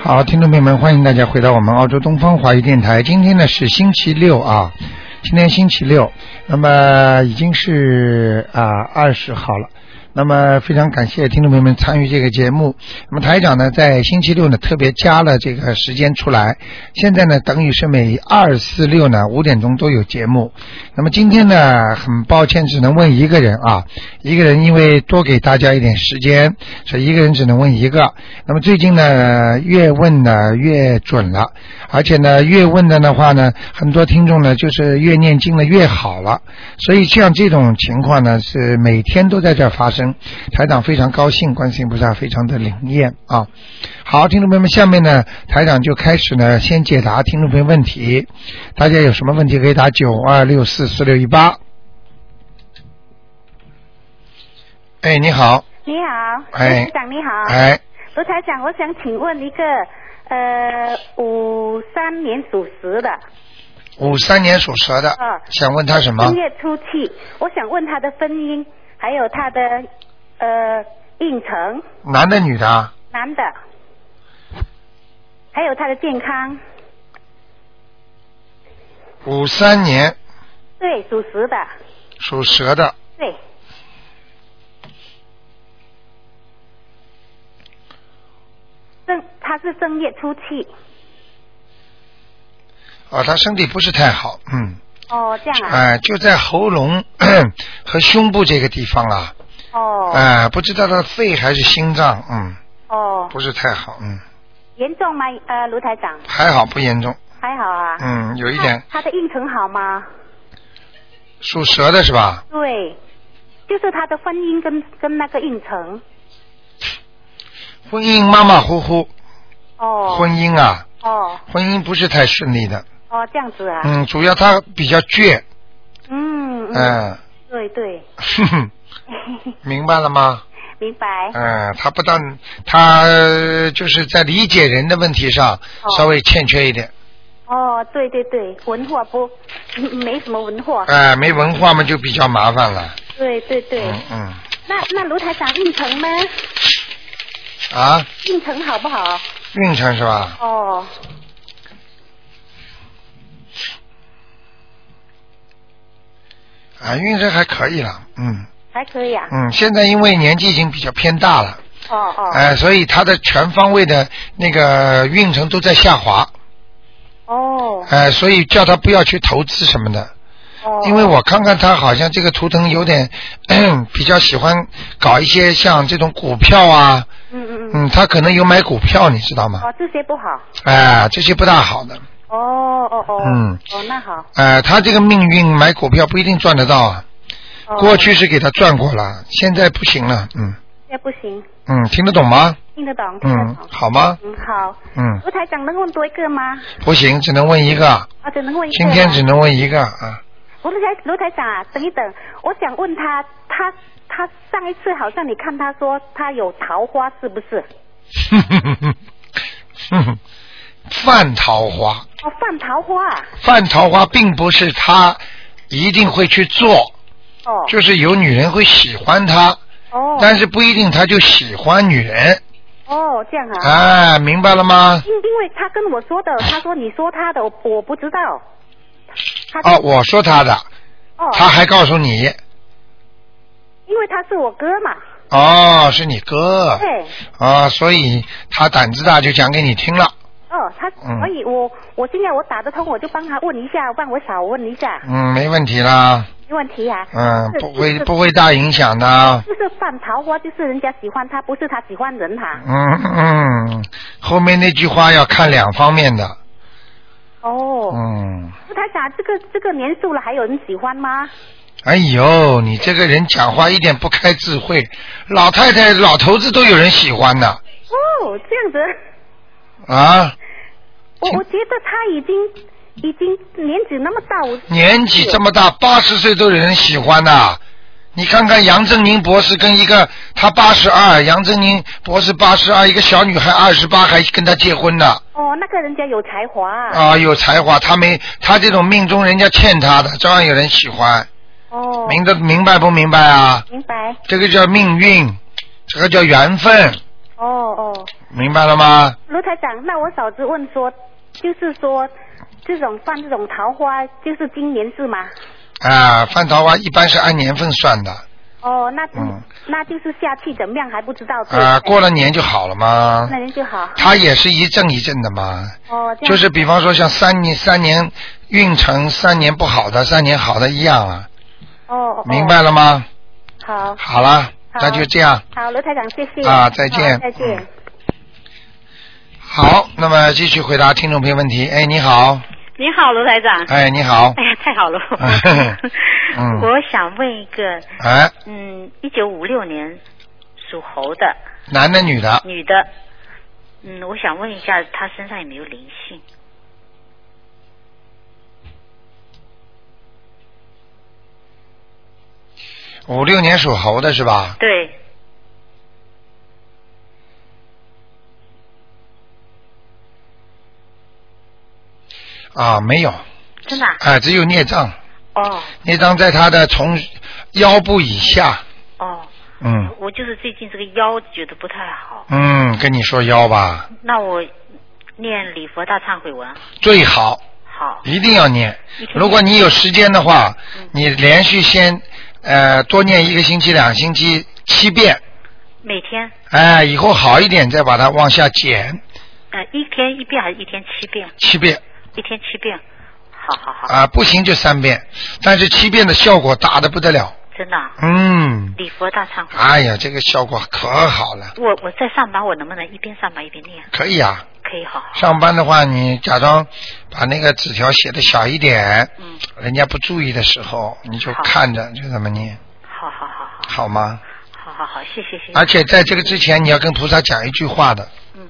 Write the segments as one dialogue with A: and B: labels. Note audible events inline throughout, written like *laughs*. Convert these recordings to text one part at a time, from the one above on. A: 好，听众朋友们，欢迎大家回到我们澳洲东方华语电台。今天呢是星期六啊，今天星期六，那么已经是啊二十号了。那么非常感谢听众朋友们参与这个节目。那么台长呢，在星期六呢特别加了这个时间出来，现在呢等于是每二、四、六呢五点钟都有节目。那么今天呢，很抱歉只能问一个人啊，一个人因为多给大家一点时间，所以一个人只能问一个。那么最近呢，越问呢越准了，而且呢越问的的话呢，很多听众呢就是越念经呢越好了。所以像这种情况呢，是每天都在这儿发生。台长非常高兴，观世音菩萨非常的灵验啊。好，听众朋友们，下面呢，台长就开始呢，先解答听众朋友问题。大家有什么问题可以打九二六四四六一八。哎，你好，
B: 你好，
A: 哎
B: 卢台长你好，
A: 哎，
B: 卢台长，我想请问一个，呃，五三年属蛇的，
A: 五三年属蛇的
B: 啊，
A: 想问他什么
B: 正？月初七，我想问他的婚姻，还有他的呃运程，
A: 男的女的啊？
B: 男的，还有他的健康，
A: 五三年
B: 对，属蛇的，
A: 属蛇的，
B: 对，正他是正月初七，
A: 啊，他身体不是太好，嗯，
B: 哦，这样啊，
A: 哎、就在喉咙 *clears throat* 和胸部这个地方啊，
B: 哦，
A: 哎、不知道他的肺还是心脏，嗯，
B: 哦。
A: 不是太好，嗯，
B: 严重吗？呃，卢台长，
A: 还好不严重，
B: 还好啊。
A: 嗯，有
B: 有
A: 一点
B: 他的运程好吗？
A: 属蛇的是吧？
B: 对，就是他的婚姻跟跟那个运程。
A: 婚姻马马虎虎，
B: 哦。
A: 婚。姻啊，
B: 哦
A: 婚姻不是太顺利的，
B: 哦，这样子啊。
A: 嗯，主要他比较倔，
B: 嗯。嗯。
A: 嗯，
B: 对对， *laughs*
A: 哼哼， *laughs* 明白了吗？
B: 明白。
A: 嗯，他不但他呃就是在理解人的问题上稍微欠缺一点，
B: 哦，对对对，文化不没什么文化。
A: 哎、没文化嘛就比较麻烦了，
B: 对对对。
A: 嗯嗯，
B: 那那卢台长运程呢？
A: 啊，
B: 运程好不好？
A: 运程是吧？
B: 哦。
A: 啊，运程还可以了，嗯
B: 还可以啊。
A: 嗯，现在因为年纪已经比较偏大了，
B: 哦哦。
A: 哎、所以他的全方位的那个运程都在下滑，
B: 哦
A: 哎、所以叫他不要去投资什么的，
B: 哦。
A: 因为我看看他好像这个图腾有点嗯比较喜欢搞一些像这种股票啊，
B: 嗯嗯嗯。
A: 嗯，他可能有买股票，你知道吗？
B: 哦，这些不好。
A: 哎、这些不大好的，
B: 哦哦哦，
A: 嗯
B: 哦，那好，
A: 哎、他这个命运买股票不一定赚得到啊，
B: 哦、
A: 过去是给他赚过了，现在不行了，嗯
B: 也不行，
A: 嗯，听得懂吗？
B: 听得懂，听得
A: 嗯
B: 懂，，
A: 好吗？
B: 嗯好，
A: 嗯，
B: 卢台长能问多一个吗？
A: 不行，只能问一个，
B: 啊，只能问一个
A: 今
B: 啊。
A: 天只能问一个啊。 *laughs*
B: 卢台卢台长啊，等一等，我想问他，他他上一次好像你看他说他有桃花是不是？
A: 犯桃花，
B: 哦，犯桃花啊，
A: 犯桃花并不是他一定会去做，
B: 哦
A: 就是有女人会喜欢他，
B: 哦
A: 但是不一定他就喜欢女人。
B: 哦这样啊，
A: 哎，明白了吗？
B: 因因为他跟我说的，他说你说他的，我我不知道，他就
A: 哦，我说他的，
B: 哦，
A: 他还告诉你，
B: 因为他是我哥嘛，
A: 哦，是你哥，
B: 对。
A: 啊，所以他胆子大就讲给你听了。
B: 哦，他，
A: 嗯
B: 所以我我现在我打得通，我就帮他问一下，帮我小问一下，
A: 嗯，没问题啦，
B: 没问题啊。
A: 嗯，不会
B: 就是
A: 不会大影响的。
B: 就是犯桃花，就是人家喜欢他，不是他喜欢人哈。
A: 嗯嗯，后面那句话要看两方面的。
B: 哦，
A: 嗯，
B: 他想这个这个年数了，还有人喜欢吗？
A: 哎呦，你这个人讲话一点不开智慧，老太太、老头子都有人喜欢的
B: 哦，这样子，
A: 啊。
B: 我
A: 行
B: 我觉得他已经已经年纪那么大，我
A: 年纪这么大，八十岁都有人喜欢呐、你看看杨振宁博士跟一个他八十二，杨振宁博士八十二，一个小女孩二十八还跟他结婚呢。
B: 哦，那个人家有才华啊。
A: 啊，有才华，他没他这种命中人家欠他的，照样有人喜欢。
B: 哦，
A: 明的明白不明白啊？
B: 明白。
A: 这个叫命运，这个叫缘分，
B: 哦哦
A: 明白了吗？
B: 卢台长，那我嫂子问说，就是说这种犯这种桃花，就是今年是吗？
A: 啊，犯桃花一般是按年份算的，
B: 哦，那就、
A: 嗯
B: 那就是下去怎么样还不知道。对不对
A: 啊，过了年就好了嘛
B: 那。人就好。
A: 它也是一阵一阵的嘛，
B: 哦，这样
A: 就是比方说像三年三年运程三年不好的三年好的一样啊，
B: 哦，哦
A: 明白。了吗？
B: 好，
A: 好了，
B: 好
A: 那就这样。
B: 好，卢台长，谢谢。
A: 啊再见
B: 好再见。
A: 好，那么继续回答听众朋友问题。哎，你好，
C: 你好，卢台长。
A: 哎，你好，！
C: 哎呀，太好了
A: 嗯
C: *laughs* 我想问一个，
A: 哎，
C: 嗯，一九五六年属猴的
A: 男的女的，
C: 女的，嗯，我想问一下，她身上有没有灵性？
A: 五六年属猴的是吧？
C: 对，
A: 啊，没有，
C: 真的啊、
A: 哎，只有孽障，
C: 哦
A: 孽障在他的从腰部以下，
C: 哦，
A: 嗯
C: 我就是最近这个腰觉得不太好，
A: 嗯，跟你说腰吧，
C: 那我念礼佛大忏悔文，
A: 最好
C: 好，
A: 一定要念
C: 一定。要
A: 如果你有时间的话
C: 嗯，
A: 你连续先呃多念一个星期、两星期七遍，
C: 每天
A: 哎，以后好一点再把它往下减
C: 呃一天一遍还是一天七遍？
A: 七遍。
C: 一天七遍，好好好，
A: 啊，不行就三遍，但是七遍的效果大的不得了。
C: 真的啊、
A: 嗯，
C: 礼佛大忏悔文。
A: 哎呀，这个效果可好了，
C: 我我在上班，我能不能一边上班一边念？
A: 可以啊。
C: 可以好，好，
A: 上班的话，你假装把那个纸条写的小一点，
C: 嗯，
A: 人家不注意的时候，你就
C: 好
A: 看着就这么念，
C: 好好好好，
A: 好吗？
C: 好好好，谢谢谢
A: 而
C: 谢，
A: 且在这个之前，你要跟菩萨讲一句话的。
C: 嗯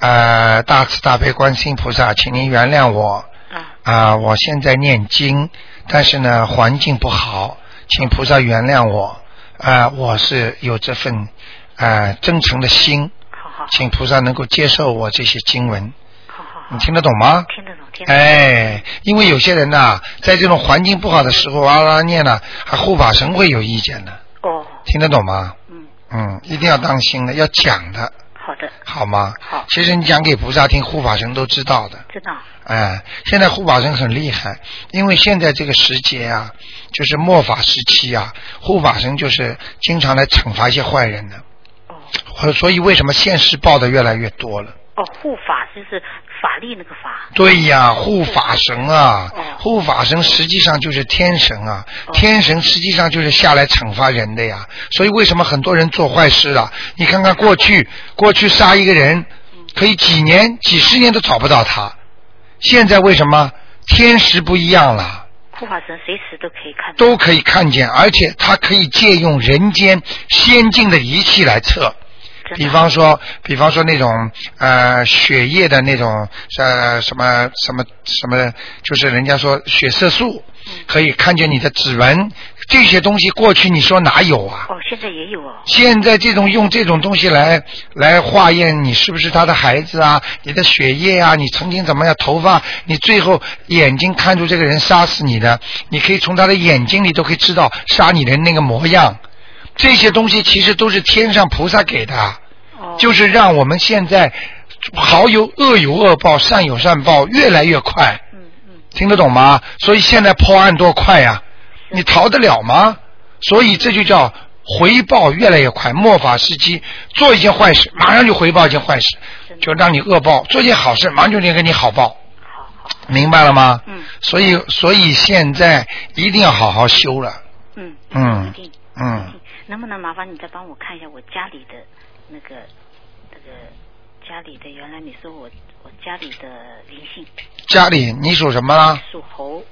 A: 呃，大慈大悲观世音菩萨，请您原谅我
C: 啊，
A: 啊、我现在念经，但是呢环境不好，请菩萨原谅我啊、我是有这份呃真诚的心，
C: 好好
A: 请菩萨能够接受我这些经文，
C: 好好好
A: 你，听得懂吗？
C: 听得懂听得懂，
A: 哎，因为有些人呐、在这种环境不好的时候啊啦念呢、还护法神会有意见的，
C: 哦，
A: 听得懂吗？
C: 嗯，
A: 嗯，一定要当心的，要讲的，
C: 好的，
A: 好吗？
C: 好
A: 其实你讲给菩萨听，护法神都知道的。
C: 真的啊，
A: 哎，现在护法神很厉害，因为现在这个时节啊，就是末法时期啊，护法神就是经常来惩罚一些坏人的，
C: 哦
A: 或所以为什么现世报的越来越多了？
C: 哦，护法就是法力那个法，
A: 对呀，护法神啊
C: 哦，
A: 护法神实际上就是天神啊，
C: 哦
A: 天神实际上就是下来惩罚人的呀。所以为什么很多人做坏事啊？你看看过
C: 嗯
A: 去，过去杀一个人，可以几年、几十年都找不到他，现在为什么天时不一样了？
C: 护法神随时都可以看到，
A: 都可以看见，而且它可以借用人间先进的仪器来测。
C: 真
A: 比
C: 的
A: 方说，比方说那种呃血液的那种呃什么什么什么，就是人家说血色素，
C: 嗯
A: 可以看见你的指纹这些东西，过去你说哪有啊？
C: 哦，现在也有哦，
A: 现在这种用这种东西来来化验你是不是他的孩子啊，你的血液啊，你曾经怎么样，头发，你最后眼睛看出这个人杀死你的，你可以从他的眼睛里都可以知道杀你的那个模样。这些东西其实都是天上菩萨给的，啊
C: 哦，
A: 就是让我们现在好有恶有恶报，善有善报，越来越快，
C: 嗯嗯，
A: 听得懂吗？所以现在破案多快啊呀、你逃得了吗？所以这就叫回报越来越快。末法时期，做一件坏事，马上就回报一件坏事，
C: 真的
A: 就让你恶报；做一件好事，马上就能给你好报。
C: 好好，
A: 明白了吗？
C: 嗯
A: 所以，所以现在一定要好好修了。
C: 嗯
A: 嗯
C: 一定一
A: 嗯，
C: 定，能不能麻烦你再帮我看一下我家里的那个那个家里的？原来你说我我家里的灵性。
A: 家里你属什么啦？
C: 属猴，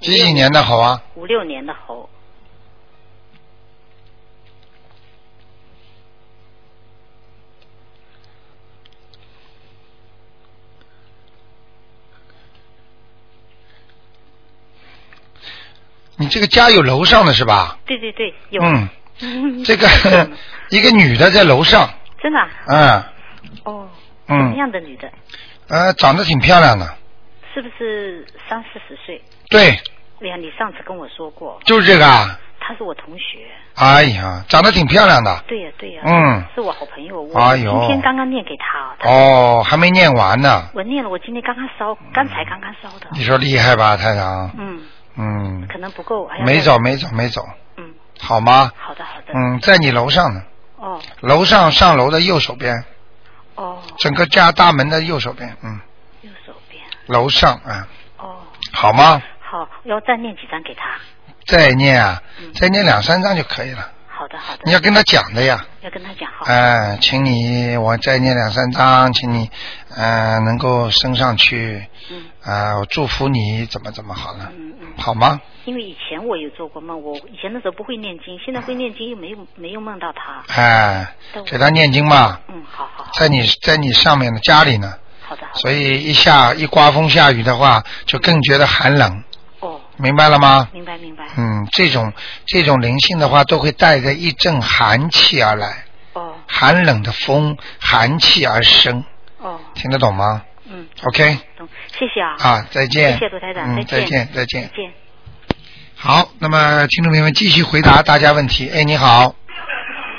A: 几几年的好啊？
C: 五六年的猴，
A: 你这个家有楼上的是吧？
C: 对对对，有，
A: 嗯，这个 *laughs* 一个女的在楼上，
C: *laughs* 真的啊
A: 嗯
C: 哦，什么
A: 嗯，
C: 样的女的？
A: 呃，长得挺漂亮的，
C: 是不是三四十岁？
A: 对，
C: 哎呀，你上次跟我说过，
A: 就是这个啊。
C: 她她是我同学。
A: 哎呀，长得挺漂亮的。
C: 对呀、对呀、
A: 啊嗯
C: 是我好朋友。我
A: 哎
C: 今
A: 呦
C: 天刚刚念给她，啊她
A: 哦，还没念完呢。
C: 我念了，我今天刚刚烧，刚才刚刚烧的。
A: 你说厉害吧，台长？
C: 嗯，
A: 嗯，
C: 可能不够，哎还要
A: 没
C: 再
A: 走，。没走，没走，
C: 嗯，
A: 好吗？
C: 好的好的。
A: 嗯，在你楼上呢，
C: 哦
A: 楼上上楼的右手边，
C: 哦，
A: 整个家大门的右手边，嗯，
C: 右手边。
A: 楼上啊、
C: 哦，
A: 好吗？
C: 好，要再念几张给她。
A: 再念啊，
C: 嗯
A: 再念两三章就可以了。
C: 好的好的。
A: 你要跟他讲的呀，
C: 要跟她讲好。
A: 哎、请你我再念两三章，请你，呃，能够升上去，
C: 嗯
A: 啊、我祝福你怎么怎么好了，
C: 嗯嗯。
A: 好吗？
C: 因为以前我有做过梦，我以前那时候不会念经，现在会念经又没有没有梦到她。
A: 哎、
C: 但我
A: 给他念经嘛，
C: 嗯，好好好，
A: 在你在你上面的家里呢，
C: 好的好的。
A: 所以一下一刮风下雨的话，就更觉得寒冷，
C: 哦，
A: 明白了吗？
C: 明白明白。
A: 嗯，这种这种灵性的话，都会带着一阵寒气而来，
C: 哦
A: 寒冷的风，寒气而生，
C: 哦，
A: 听得懂吗
C: 嗯，
A: ？OK，
C: 懂，谢谢啊。
A: 啊，再见。
C: 谢谢卢台长，
A: 嗯，再见，再见
C: 再。见。
A: 好，那么听众朋友们继续回答大家问题。哎，你好，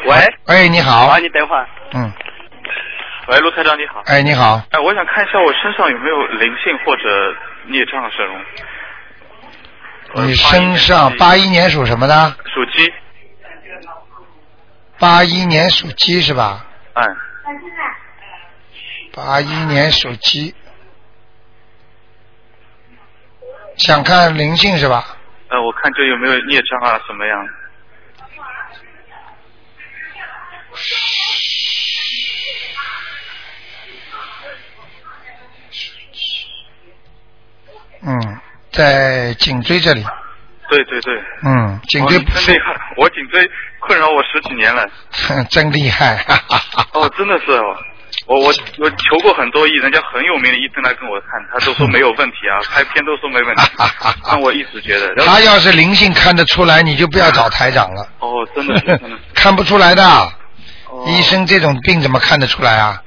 D: 喂，
A: 哎，你好
D: 啊，，你等会儿。
A: 嗯，
D: 喂，卢台长你好。
A: 哎，你好，
D: 哎，我想看一下我身上有没有灵性或者孽障啊的身容。呃
A: 你身上八一年属什么的？
D: 属鸡，
A: 八一年属鸡是吧？
D: 嗯，
A: 八一年属鸡，想看灵性是吧？
D: 呃，我看这有没有孽障啊，怎么样？
A: 嗯，在颈椎这里，
D: 对对对，
A: 嗯，颈椎
D: 哦你真厉害，我颈椎困扰我十几年了。
A: *laughs* 真厉害，哈哈哈，
D: 哦，真的是哦。我我我求过很多医，人家很有名的医生来跟我看，他都说没有问题啊，拍片都说没问题
A: *laughs*
D: 但我一直觉得，然后
A: 他要是灵性看得出来，你就不要找台长了，
D: 哦，真的是真的是，
A: *laughs* 看不出来的。
D: 哦
A: 医生这种病怎么看得出来啊？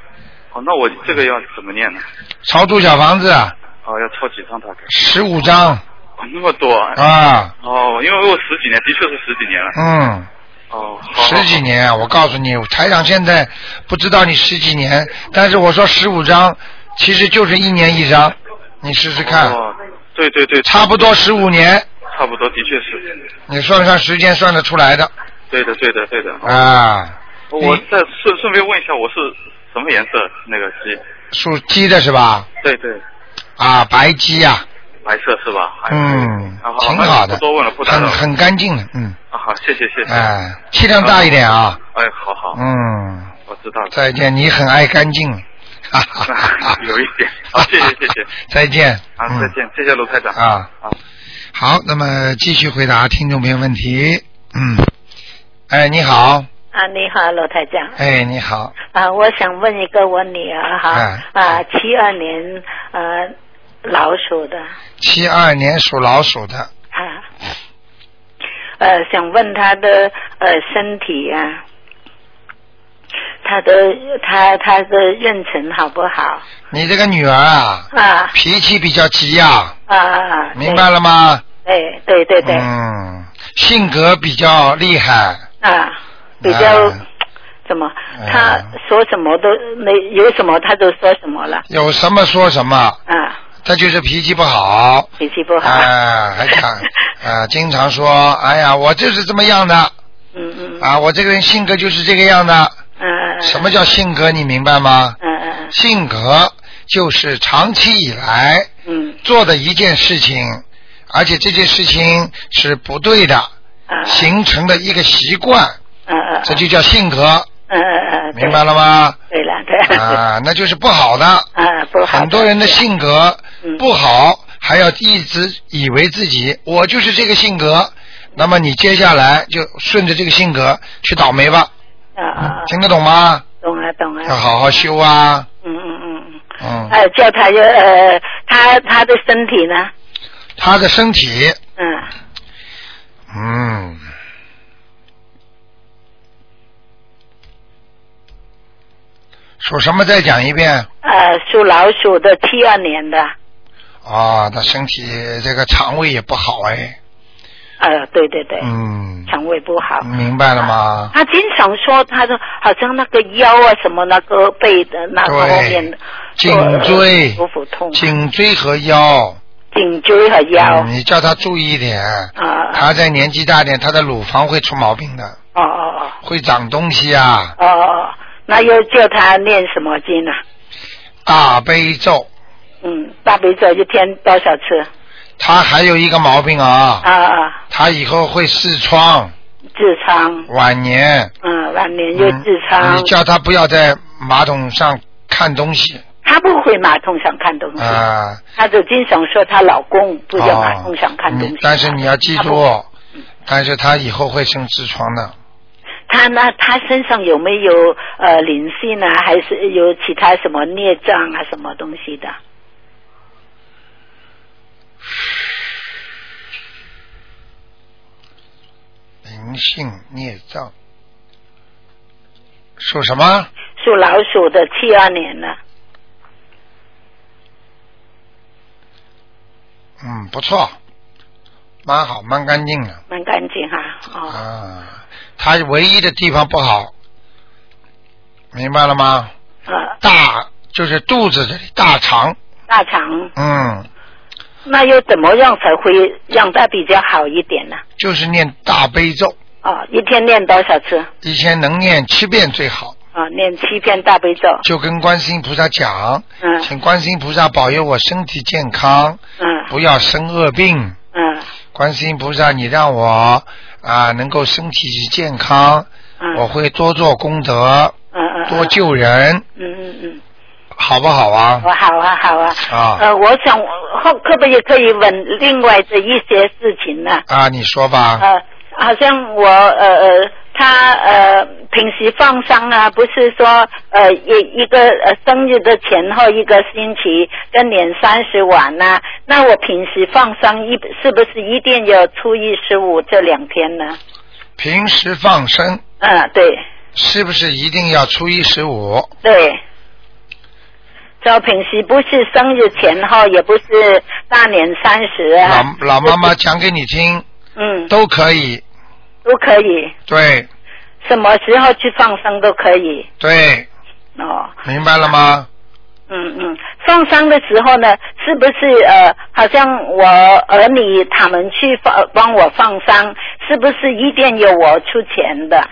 D: 哦，那我这个要怎么念呢？
A: 超度小房子啊
D: 哦，要抄几张大概？
A: 十五张
D: 哦，那么多啊！
A: 啊，
D: 哦，因为我十几年，的确是十几年了。
A: 嗯，
D: 哦，好好
A: 十几年啊，我告诉你，台长现在不知道你十几年，但是我说十五张，其实就是一年一张，你试试看，
D: 哦，对对对，
A: 差不多十五年，
D: 差不多，的确是。
A: 你算算时间算得出来的
D: 对的，对的，对的。
A: 啊。
D: 我
A: 你
D: 再顺顺便问一下，我是什么颜色那个鸡？
A: 属鸡的是吧？
D: 对对，
A: 啊，白鸡呀、
D: 白色是吧？还
A: 嗯
D: 啊，
A: 挺
D: 那
A: 好
D: 就
A: 的
D: 不多问了，不，打扰
A: 很
D: 了。
A: 很干净的，嗯，
D: 啊，好，谢谢谢谢。
A: 哎，气量大一点啊，
D: 哎，好好，
A: 嗯，
D: 我知道了。
A: 再见，你很爱干净， *laughs* 哈哈哈哈
D: *laughs* 有一点好谢谢谢谢，
A: *laughs* 再见，
D: 啊，
A: 嗯
D: 再见，谢谢卢台长。
A: 啊
D: 好。
A: 好，那么继续回答听众朋友问题。嗯，哎，你好，
E: 啊，你好，罗台长。
A: 哎，你好，
E: 啊，我想问一个我女儿哈，啊，七二年呃老鼠的
A: 七二年属老鼠的，
E: 啊，呃，想问她的呃身体啊，她的她她的妊娠好不好
A: 你这个女儿啊，
E: 啊
A: 脾气比较急呀、
E: 啊啊？
A: 明白了吗？
E: 对？对对对对、
A: 嗯，性格比较厉害，
E: 啊，比较、
A: 哎
E: 怎么
A: 哎？
E: 她说什么都没有什么，她就说什么了
A: 有什么说什么，
E: 啊，
A: 她就是脾气不好，
E: 脾气不好。
A: 啊，还
E: *laughs*
A: 讲啊，经常说，哎呀，我就是这么样的，
E: 嗯嗯
A: 啊，我这个人性格就是这个样的。
E: 嗯，
A: 什么叫性格？你明白吗？
E: 嗯嗯
A: 性格就是长期以来
E: 嗯
A: 做的一件事情，而且这件事情是不对的，
E: 嗯，
A: 形成的一个习惯，
E: 嗯嗯，
A: 这就叫性格，
E: 嗯嗯嗯，
A: 明白了吗？
E: 对了对了，
A: 啊，那就是不好的。
E: *laughs* 啊不好，
A: 很多人的性格
E: 嗯
A: 不好，还要一直以为自己我就是这个性格，那么你接下来就顺着这个性格去倒霉吧，嗯
E: 啊啊，
A: 听得懂吗？
E: 懂了懂了，
A: 要好好修啊，
E: 嗯嗯嗯嗯，
A: 嗯，
E: 呃叫他要呃他他的身体呢，
A: 他的身体
E: 嗯
A: 嗯，属什么？再讲一遍
E: 呃属老鼠的七二年的，
A: 啊！他身体这个肠胃也不好哎，
E: 呃对对对，
A: 嗯，嗯
E: 肠胃不好。
A: 明白了吗？
E: 他经常说，他说好像那个腰啊什么那个背的那个后面的
A: 颈
E: 呃
A: 椎
E: 不腹痛，啊
A: 颈椎和腰，
E: 颈椎和腰
A: 嗯你叫他注意一点。
E: 啊
A: 他在年纪大点，他的乳房会出毛病的，
E: 哦哦
A: 会长东西啊。
E: 哦哦哦，那又叫他念什么经呢？啊
A: 大悲咒，
E: 嗯，大悲咒一天多少次？
A: 他还有一个毛病啊，
E: 啊啊，
A: 他以后会痔疮，
E: 痔疮，
A: 晚年。
E: 嗯，晚年又
A: 嗯
E: 痔疮
A: 你，叫他不要在马桶上看东西
E: 她不会马桶上看东西，
A: 啊。
E: 她就经常说她老公不要马桶上看东西
A: 哦
E: 啊
A: 你。但是你要记
E: 她不
A: 住，哦
E: 啊
A: 但是他以后会生痔疮的。
E: 他呢？他身上有没有呃灵性呢？还是有其他什么孽障啊？什么东西的？
A: 灵性孽障，属什么？
E: 属老鼠的，七二年呢？
A: 嗯，不错，蛮好，蛮干净的。
E: 蛮干净哈、哦，
A: 啊，他唯一的地方不好，明白了吗？
E: 呃，
A: 大就是肚子这里大肠，
E: 大肠，
A: 嗯，
E: 那又怎么样才会让它比较好一点呢？
A: 就是念大悲咒，
E: 哦，一天念多少次？
A: 以前能念七遍最好，
E: 哦，念七遍大悲咒。
A: 就跟观世音菩萨讲，
E: 嗯
A: 请观世音菩萨保佑我身体健康，
E: 嗯
A: 不要生恶病。
E: 嗯
A: 观世音菩萨，你让我啊能够身体健康，
E: 嗯。
A: 我会多做功德，
E: 嗯嗯。
A: 多救人，
E: 嗯。嗯嗯嗯。
A: 好不好啊？
E: 我好啊，好啊。
A: 啊
E: 呃，我想后可不可以问另外的一些事情呢？
A: 啊，你说吧。
E: 呃，好像我呃呃，他呃平时放生啊，不是说呃一一个呃生日的前后一个星期跟年三十晚呐、那我平时放生一是不是一定有初一十五这两天呢？
A: 平时放生
E: 嗯，对
A: 是不是一定要初一十五？
E: 对。就平时不是生日前后，也不是大年三十啊。
A: 老老妈妈讲给你听，
E: 嗯，
A: 都可以。
E: 都可以，
A: 对
E: 什么时候去放生都可以。
A: 对，
E: 哦，
A: 明白了吗？
E: 嗯嗯，放生的时候呢，是不是呃，好像我儿女他们去放帮我放生，是不是一定有我出钱的？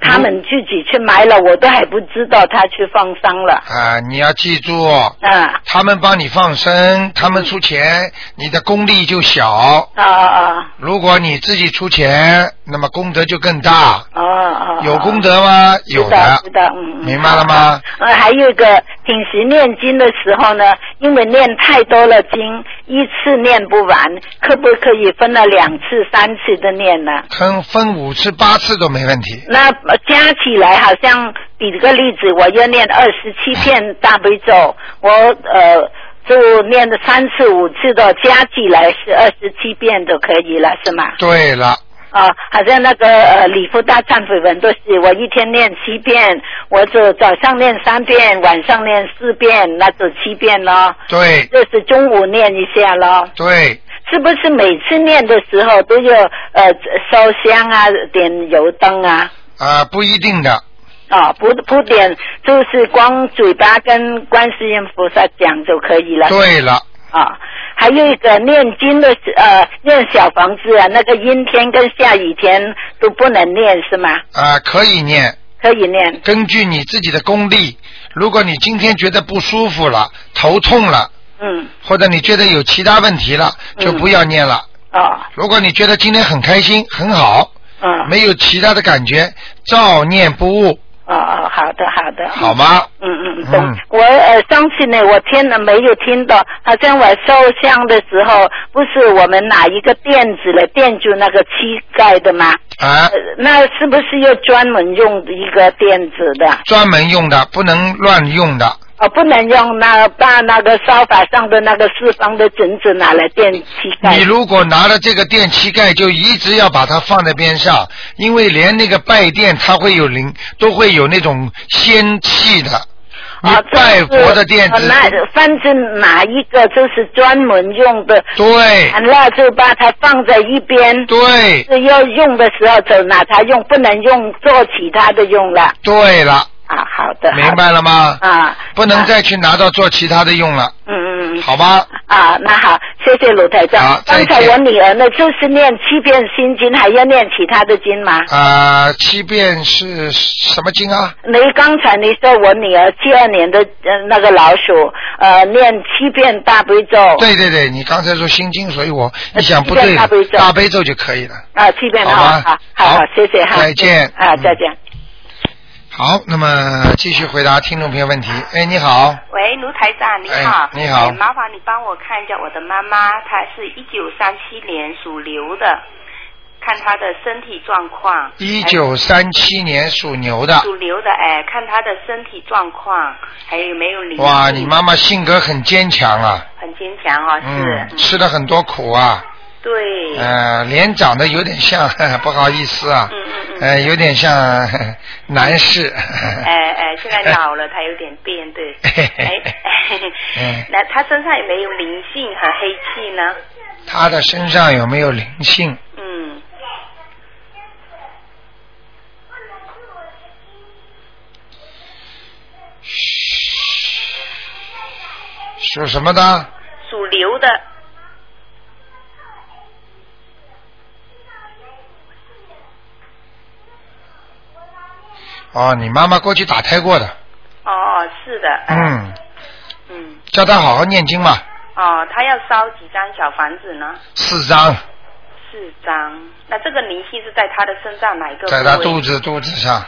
E: 他们自己去买了，我都还不知道他去放生了。
A: 啊，你要记住，
E: 啊
A: 他们帮你放生，他们出钱，你的功力就小。
E: 嗯啊啊
A: 如果你自己出钱，那么功德就更大。
E: 啊啊！
A: 有功
E: 德。
A: 德吗？有
E: 知道
A: 的
E: 知。道，嗯，嗯
A: 明白了吗？
E: 呃，还有一个平时念经的时候呢，因为念太多了经，一次念不完，可不可以分了两次、三次的念呢？
A: 坑分五次八次都没问题。
E: 那呃加起来好像比个例子，我要念二十七片大悲咒，我呃就念了三次五次的，加起来是二十七遍就可以了，是吗？
A: 对了，
E: 啊，好像那个呃礼佛大忏悔文都是我一天念七遍，我就早上念三遍，晚上念四遍，那就七遍咯。
A: 对
E: 就是中午念一下咯，
A: 对，
E: 是不是每次念的时候都要呃烧香啊，点油灯啊？
A: 啊、不一定的，
E: 啊，不不点，就是光嘴巴跟观世音菩萨讲就可以了。
A: 对了，
E: 啊，还有一个念经的时呃，念小房子啊，那个阴天跟下雨天都不能念是吗？
A: 啊、可以念，
E: 可以念
A: 根据你自己的功力。如果你今天觉得不舒服了、头痛了，
E: 嗯，
A: 或者你觉得有其他问题了，就不要念了。
E: 哦，
A: 如果你觉得今天很开心、很好，
E: 嗯，
A: 没有其他的感觉，照念不误，
E: 哦哦，好的好的，
A: 好吗？
E: 嗯嗯
A: 嗯
E: 嗯，懂。我呃上次呢，我听了没有听到，好像我烧香的时候，不是我们拿一个垫子来垫住那个膝盖的吗？
A: 啊
E: 呃，，那是不是要专门用一个垫子的？
A: 专门用的，不能乱用的。
E: 哦，不能用那把那个烧法上的那个四方的绳子拿来垫膝盖
A: 你。如果拿了这个电膝盖，就一直要把它放在边上，因为连那个拜垫它会有灵，都会有那种仙气的，你
E: 啊，
A: 拜佛的
E: 电
A: 垫子
E: 那反正哪一个就是专门用的，
A: 对
E: 完了就把它放在一边，
A: 对
E: 是要用的时候就拿它用，不能用做其他的用了。
A: 对
E: *laughs*
A: 了，
E: 啊，好的，好的
A: 明白了吗？
E: 啊，
A: 不能
E: 啊
A: 再去拿到做其他的用了，
E: 嗯嗯嗯。
A: 好吧？
E: 啊，那好，谢谢鲁台长
A: 好。再
E: 刚
A: 见
E: 才我女儿呢，就是念七遍心经，还要念其他的经吗？
A: 啊、七遍是什么经啊？
E: 你刚才你说我女儿七二年的呃那个老鼠，呃，念七遍大悲咒，
F: 哦
A: 对对对，你刚才说心经，所以我
F: 哎
A: 你想不
E: 七
A: 对
E: 遍大悲咒
A: 大悲咒就可以了。
E: 啊，七遍
A: 好
E: 好
A: 吧
E: 好
A: 好
E: 好，谢谢哈，
A: 再见
E: 啊，
A: 嗯
E: 再见。
A: 好，那么继续回答听众朋友问题。哎，你好，
F: 喂，卢台长，你好
A: 哎。你好
F: 哎麻烦你帮我看一下我的妈妈，她是一九三七年属牛的，看她的身体状况。
A: 一九三七年属牛的
F: 哎。属牛的，哎，看她的身体状况，还有没有灵性
A: 哇，你妈妈性格很坚强啊，
F: 很坚强哦，是。
A: 嗯， *laughs* 吃了很多苦啊，
F: 对。
A: 呃，脸长得有点像， *laughs* 呵呵不好意思啊，
F: 嗯嗯嗯。
A: 呃，有点像 *laughs* 呵呵男士，
F: 哎哎，现在老了，她有点变，
A: *laughs*
F: 对。哎，
A: 嗯
F: 哎 *laughs* 那她身上有没有灵性和黑气呢？
A: *laughs* 他的身上有没有灵性？
F: 嗯，
A: 属什么的？
F: 属牛的，
A: 哦，你妈妈过去打胎过的，
F: 哦，是的，哎
A: 嗯，
F: 嗯。
A: 叫他好好念经嘛，
F: 哦，他要烧几张小房子呢？
A: 四张，
F: 四张。那这个灵性是在他的身上哪一个部位？
A: 在他肚子肚子上，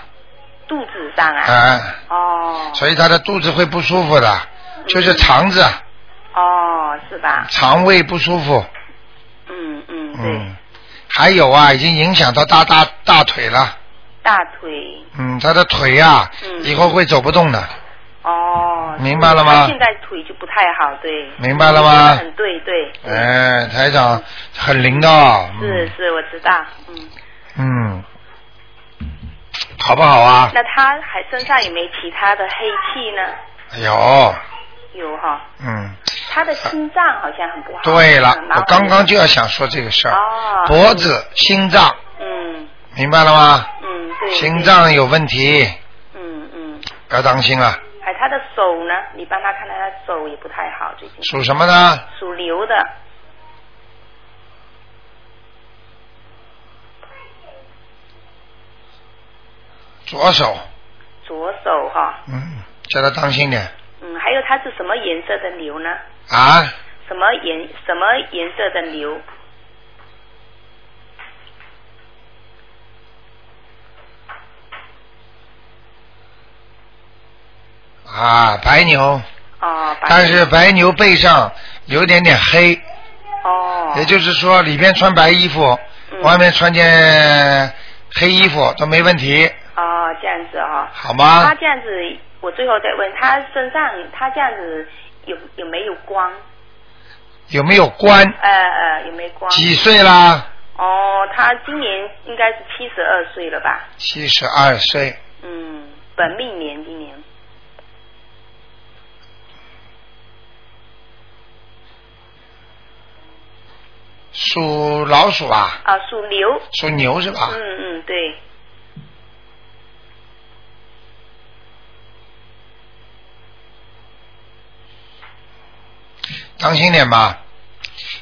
F: 肚子上啊。
A: 哎，
F: 哦
A: 所以他的肚子会不舒服的，就是肠子、啊
F: 哦，是吧？
A: 肠胃不舒服，
F: 嗯嗯，对，
A: 嗯，还有啊，已经影响到大大大腿了，
F: 大腿
A: 嗯，他的腿啊，
F: 嗯
A: 以后会走不动的，
F: 哦。
A: 明白了吗
F: 他现在腿就不太好，对。嗯
A: 明白了吗
F: 很对对。对
A: 哎，台长很灵的哦，
F: 是
A: 嗯
F: 是，我知道。嗯，
A: 嗯，好不好啊？
F: 那他还身上有没有其他的黑气呢？
A: 有，
F: 有哈、
A: 哎嗯，
F: 他的心脏好像很不好。
A: 对了
F: 嗯，
A: 我刚刚就要想说这个事儿，
F: 哦。
A: 脖子、心脏，
F: 嗯
A: 明白了吗？
F: 嗯，对。
A: 心
F: 对
A: 脏有问题，
F: 嗯嗯，
A: 要当心啊。
F: 哎，他的手呢？你帮他看他的手也不太好，最近
A: 属什么呢？
F: 属牛的，
A: 左手，
F: 左手哈、
A: 嗯，叫他当心点
F: 嗯，还有他是什么颜色的牛呢？
A: 啊。
F: 什么颜什么颜色的牛？
A: 啊，白牛，
F: 哦，白
A: 但是白牛背上有一点点黑，
F: 哦，
A: 也就是说里边穿白衣服，
F: 嗯
A: 外面穿件黑衣服都没问题，
F: 哦这样子哈、
A: 好
F: 他
A: 吗？
F: 这样子，我最后再问他身上他这样子有有没有光？
A: 有没有关？
F: 呃呃，有没有光？
A: 几岁啦？
F: 哦，他今年应该是七十二岁了吧？
A: 七十二岁，
F: 嗯，本命年今年。
A: 属老鼠啊，
F: 啊，属牛。
A: 属牛是吧？
F: 嗯嗯，对。
A: 当心点吧，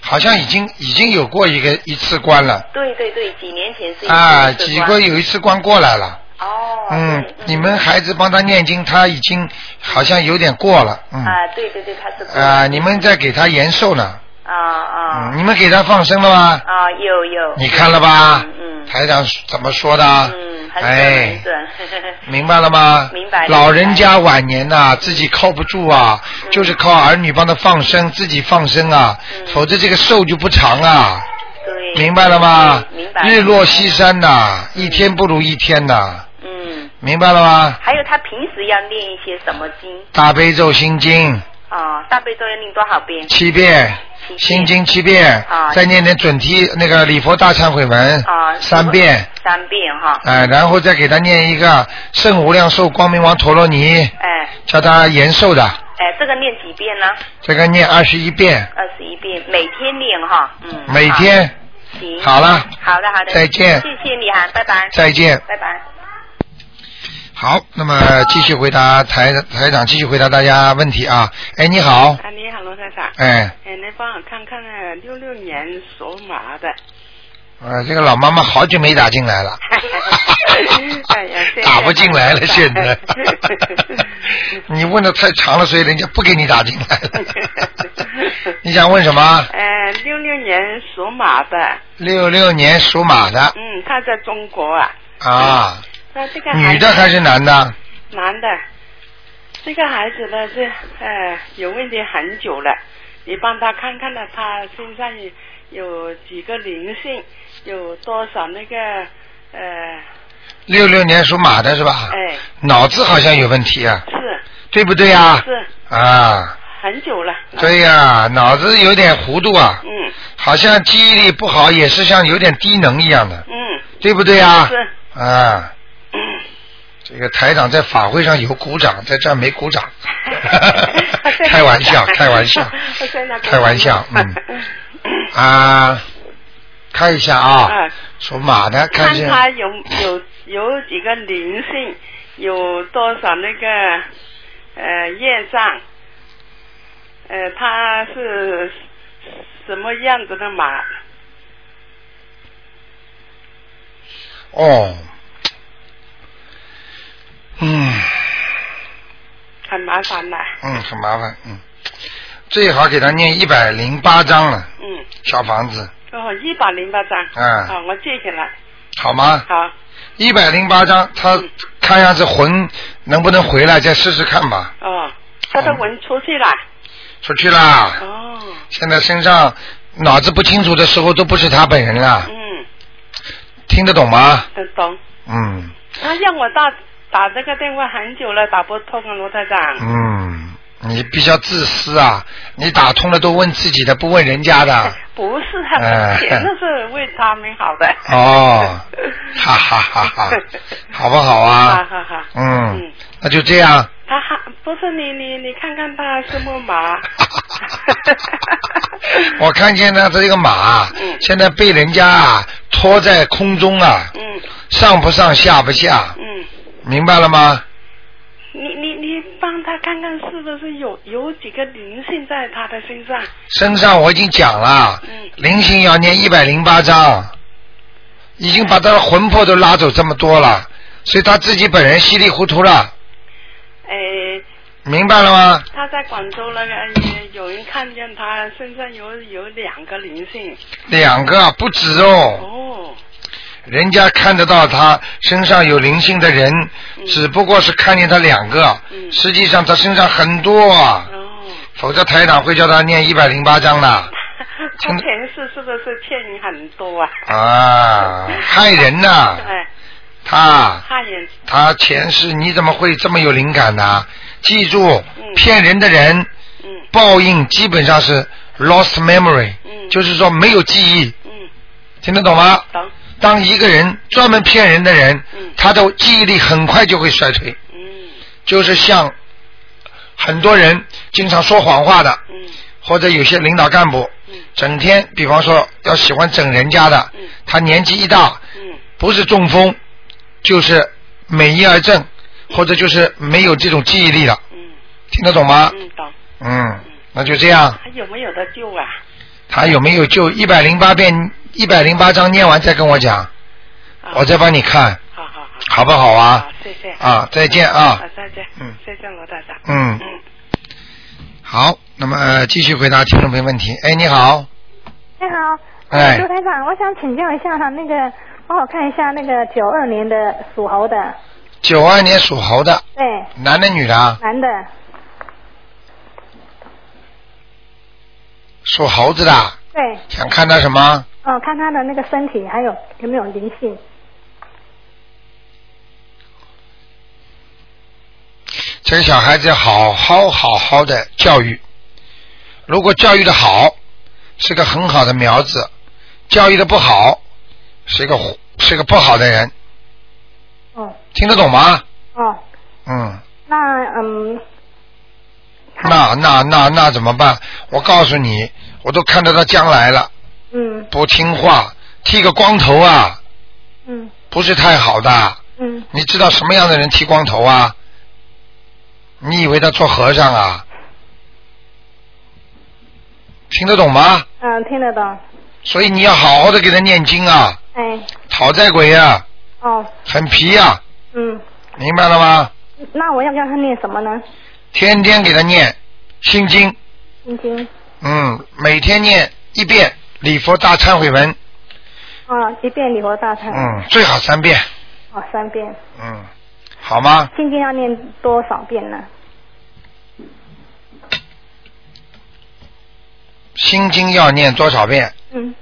A: 好像已经已经有过一个一次关了
F: 对对对，几年前是一
A: 啊，
F: 次
A: 几
F: 关
A: 个有一次关过来了。
F: 哦，
A: 嗯
F: 对，
A: 你们孩子帮他念经，他已经好像有点过了，嗯。
F: 啊，对对对，他是
A: 啊，你们在给他延寿呢，
F: 啊啊
A: 嗯，你们给他放生了吗？
F: 啊，有有，
A: 你看了吧？
F: 嗯嗯
A: 台长怎么说的啊？
F: 嗯，很准
A: 哎
F: 很，准， *laughs*
A: 明白了吗？
F: 明白
A: 老人家晚年呐、自己靠不住啊，就是靠儿女帮他放生，自己放生啊，
F: 嗯
A: 否则这个寿就不长啊。
F: 对，
A: 明白了吗？
F: 对明白。
A: 日落西山呐、一天不如一天呐、
F: 嗯，
A: 明白了吗？
F: 还有他平时要念一些什么经
A: 大悲咒心经
F: 啊？大悲咒要念多少遍？
A: 七遍，
F: 七遍
A: 心经七遍，
F: 啊
A: 再念点准提那个礼佛大忏悔文、
F: 啊，
A: 三遍，，啊
F: 三遍哈，
A: 哎、然后再给他念一个圣无量寿光明王陀罗尼
F: 哎，
A: 叫他延寿的，
F: 哎，这个念几遍呢？
A: 这个念二十一遍，
F: 二十一遍，每天念哈。嗯。
A: 每天。
F: 好。行。
A: 好了
F: 好的，好的。
A: 再见
F: 谢谢你哈，拜拜。
A: 再见
F: 拜拜。
A: 好，那么继续回答台台长，继续回答大家问题啊。哎，你好，
G: 啊，你好，罗台长。
A: 哎，
G: 哎，您帮我看看那六六年属
A: *laughs*
G: 马的。
A: 呃，这个老妈妈好久没打进来了，
G: 哎呀，现在
A: 打不进来了，现
G: *laughs*
A: 在。
G: 哎
A: 你问的太长了，所以人家不给你打进来
G: *laughs*
A: 了。你想问什么？
G: 呃，六六年属马的，
A: 六六年属马的
G: 嗯，他在中国啊。
A: 啊，
G: 那这个孩子
A: 女的还是男的？
G: 男的？这个孩子呢是呃有问题很久了，你帮他看看呢，他身上有几个灵性，有多少那个呃
A: 六六年属马的是吧？
G: 哎
A: 脑子好像有问题啊，
G: 是
A: 对不对啊？
G: 是
A: 啊，
G: 很久了。
A: 对呀、脑子有点糊涂啊，
G: 嗯
A: 好像记忆力不好，也是像有点低能一样的，
G: 嗯，
A: 对不对啊？ *laughs*
G: 是，
A: 啊，这个台长在法会上有鼓掌，在这儿没鼓掌开玩笑， *laughs* 开玩笑，开玩笑，嗯
G: *laughs*
A: 啊，看一下啊，
G: 啊，
A: 属马的，看
G: 看
A: 一下
G: 他有有有几个灵性，有多少那个呃业障，呃，他是什么样子的马？
A: 哦，嗯。
G: 很麻烦的，
A: 嗯，很麻烦，嗯，最好给他念一百零八章了，
G: 嗯，
A: 小房子，
G: 哦，一百零八张，
A: 嗯
G: 好，我记起来，
A: 好吗？
G: 好，
A: 一百零八章，他看样子魂能不能回来，再试试看吧。
G: 哦，他的文出去了，
A: 出去啦，
G: 哦，
A: 现在身上脑子不清楚的时候都不是他本人了，
G: 嗯，
A: 听得懂吗？
G: 懂。
A: 嗯
G: 他让我打打这个电话很久了，打不通啊，罗台长。
A: 嗯，你比较自私啊，你打通了都问自己的，不问人家的。
G: 不是啊，
A: 哎
G: 全都是为他们好的。
A: *laughs* 哦，哈哈哈哈，好不好
G: 哈
A: 啊？
G: 哈哈。
A: 嗯
G: 嗯，
A: 那就这样。
G: 他还不是你你你看看他什
A: *laughs*
G: 么马？
A: 我看见呢，这个马啊
G: 嗯
A: 现在被人家啊拖在空中啊，
G: 嗯
A: 上不上下不下，
G: 嗯，
A: 明白了吗？
G: 你你你帮他看看是不是有有几个灵性在他的身上？
A: 身上我已经讲了，
G: 嗯
A: 灵性要念一百零八章，已经把他的魂魄都拉走这么多了，所以他自己本人稀里糊涂了，
G: 哎，
A: 明白了吗？
G: 他在广州那个也有人看见他身上有有两个灵性。
A: 两个啊不止哦，
G: 哦， *laughs*
A: 人家看得到他身上有灵性的人，
G: 嗯
A: 只不过是看见他两个，
G: 嗯
A: 实际上他身上很多啊。
G: 哦。
A: 否则台长会叫他念一百零八章的
G: 他前世是不是欠你很多啊？
A: 啊，
G: *laughs*
A: 害人呐、啊
G: 哎，
A: 他
G: 害人，
A: 他前世你怎么会这么有灵感呢、记住，
G: 嗯
A: 骗人的人
G: 嗯
A: 报应基本上是 lost memory，、
G: 嗯
A: 就是说没有记忆，
G: 嗯，
A: 听得懂吗？
G: 懂，
A: 当一个人专门骗人的人，
G: 嗯
A: 他的记忆力很快就会衰退，
G: 嗯
A: 就是像很多人经常说谎话的，
G: 嗯
A: 或者有些领导干部，
G: 嗯
A: 整天比方说要喜欢整人家的，
G: 嗯
A: 他年纪一大，
G: 嗯
A: 不是中风，就是美意癌症，或者就是没有这种记忆力了，
G: 嗯
A: 听得懂吗？
G: 嗯，懂。
A: 嗯，那就这样，
G: 还有没有得救啊？
A: 他有没有就一百零八遍一百零八章念完再跟我讲，
G: 啊
A: 我再帮你看，
G: 好好好，
A: 好不好啊
G: 好？，谢谢。
A: 啊，再见啊
G: 好，，再见。
A: 嗯
G: 再见，罗大长。
A: 嗯，
G: 嗯，
A: 好，那么、呃继续回答听众朋友问题。哎，你好，
B: 你好，呃
A: 哎
B: 卢台长，我想请教一下哈，那个帮我看一下那个九二年的属猴的，
A: 九二年属猴的，
B: 对，
A: 男的女的啊？
B: 男的，
A: 属猴子的啊。
B: 对，
A: 想看他什么？
B: 哦，看他的那个身体还有有没有灵性，
A: 这个小孩子要好好好好的教育，如果教育的好，是个很好的苗子；教育的不好，是一个是个不好的人。
B: 哦
A: 听得懂吗？
B: 哦，
A: 嗯，
B: 那嗯，
A: 那那那那怎么办？我告诉你，我都看到他将来了，
H: 嗯
A: 不听话，剃个光头啊，
H: 嗯
A: 不是太好的。
H: 嗯
A: 你知道什么样的人剃光头啊？你以为他做和尚啊？听得懂吗？
H: 嗯，听得懂。
A: 所以你要好好的给他念经啊，
H: 哎，
A: 讨债鬼啊，
H: 哦，
A: 很皮啊，
H: 嗯，
A: 明白了吗？
H: 那我要让他念什么呢？
A: 天天给他念心经，
H: 心经，
A: 嗯，每天念一遍礼佛大忏悔文，
B: 哦
H: 啊、一遍礼佛大忏，
A: 嗯，最好三遍，
H: 哦，三遍。
A: 嗯，好吗？
H: 心经要念多少遍呢？
A: 心经要念多少遍？
H: 嗯，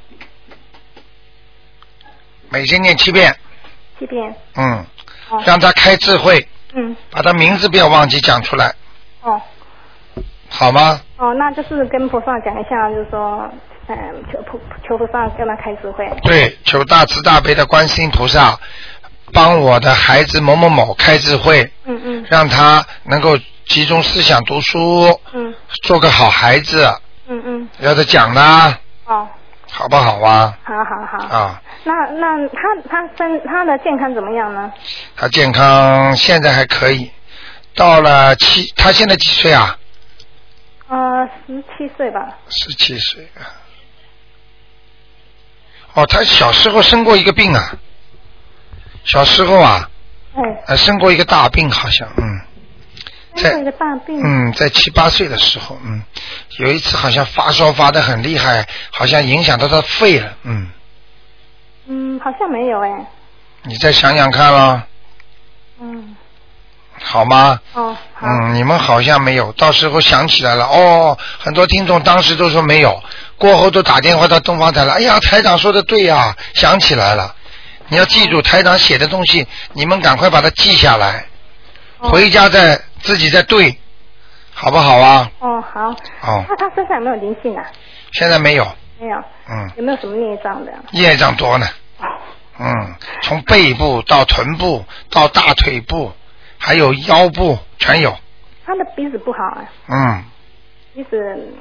A: 每天念七遍，
H: 七遍。
A: 嗯，
H: 哦，
A: 让他开智慧，
H: 嗯，
A: 把他名字不要忘记讲出来，
H: 哦，
A: 好吗？
H: 哦，那就是跟菩萨讲一下，就是说，嗯、求菩求菩萨让他开智慧。
A: 对，求大慈大悲的观世音菩萨，帮我的孩子某某某开智慧，
H: 嗯嗯
A: 让他能够集中思想读书，
H: 嗯
A: 做个好孩子，
H: 嗯嗯，
A: 要他讲啦，
H: 哦，
A: 好不好啊？
H: 好好好。
A: 啊，
H: 那那他他身他的健康怎么样呢？
A: 他健康现在还可以，到了七，他现在几岁啊？
H: 呃，十七岁吧。
A: 十七岁啊。哦，他小时候生过一个病啊，小时候啊，
H: 哎，
A: 呃，生过一个大病，好像，嗯。
H: 生
A: 在
H: 过一个大病。
A: 嗯，在七八岁的时候，嗯，有一次好像发烧发的很厉害，好像影响到他肺了，嗯，
H: 嗯，好像没有哎。
A: 你再想想看咯，
H: 嗯，
A: 好吗？
H: 哦，好。
A: 嗯，你们好像没有，到时候想起来了哦。很多听众当时都说没有，过后都打电话到东方台了。哎呀，台长说的对呀、想起来了。你要记住台长写的东西，你们赶快把它记下来，
H: 哦
A: 回家再自己再对，好不好啊？
H: 哦，好。
A: 哦，
H: 那他身上有没有灵性啊？
A: 现在没有，
H: 没有。
A: 嗯，
H: 有没有什么孽障的？
A: 业障多呢。嗯，从背部到臀部到大腿部，还有腰部全有。
H: 他的鼻子不好啊，
A: 嗯，
H: 鼻子嗯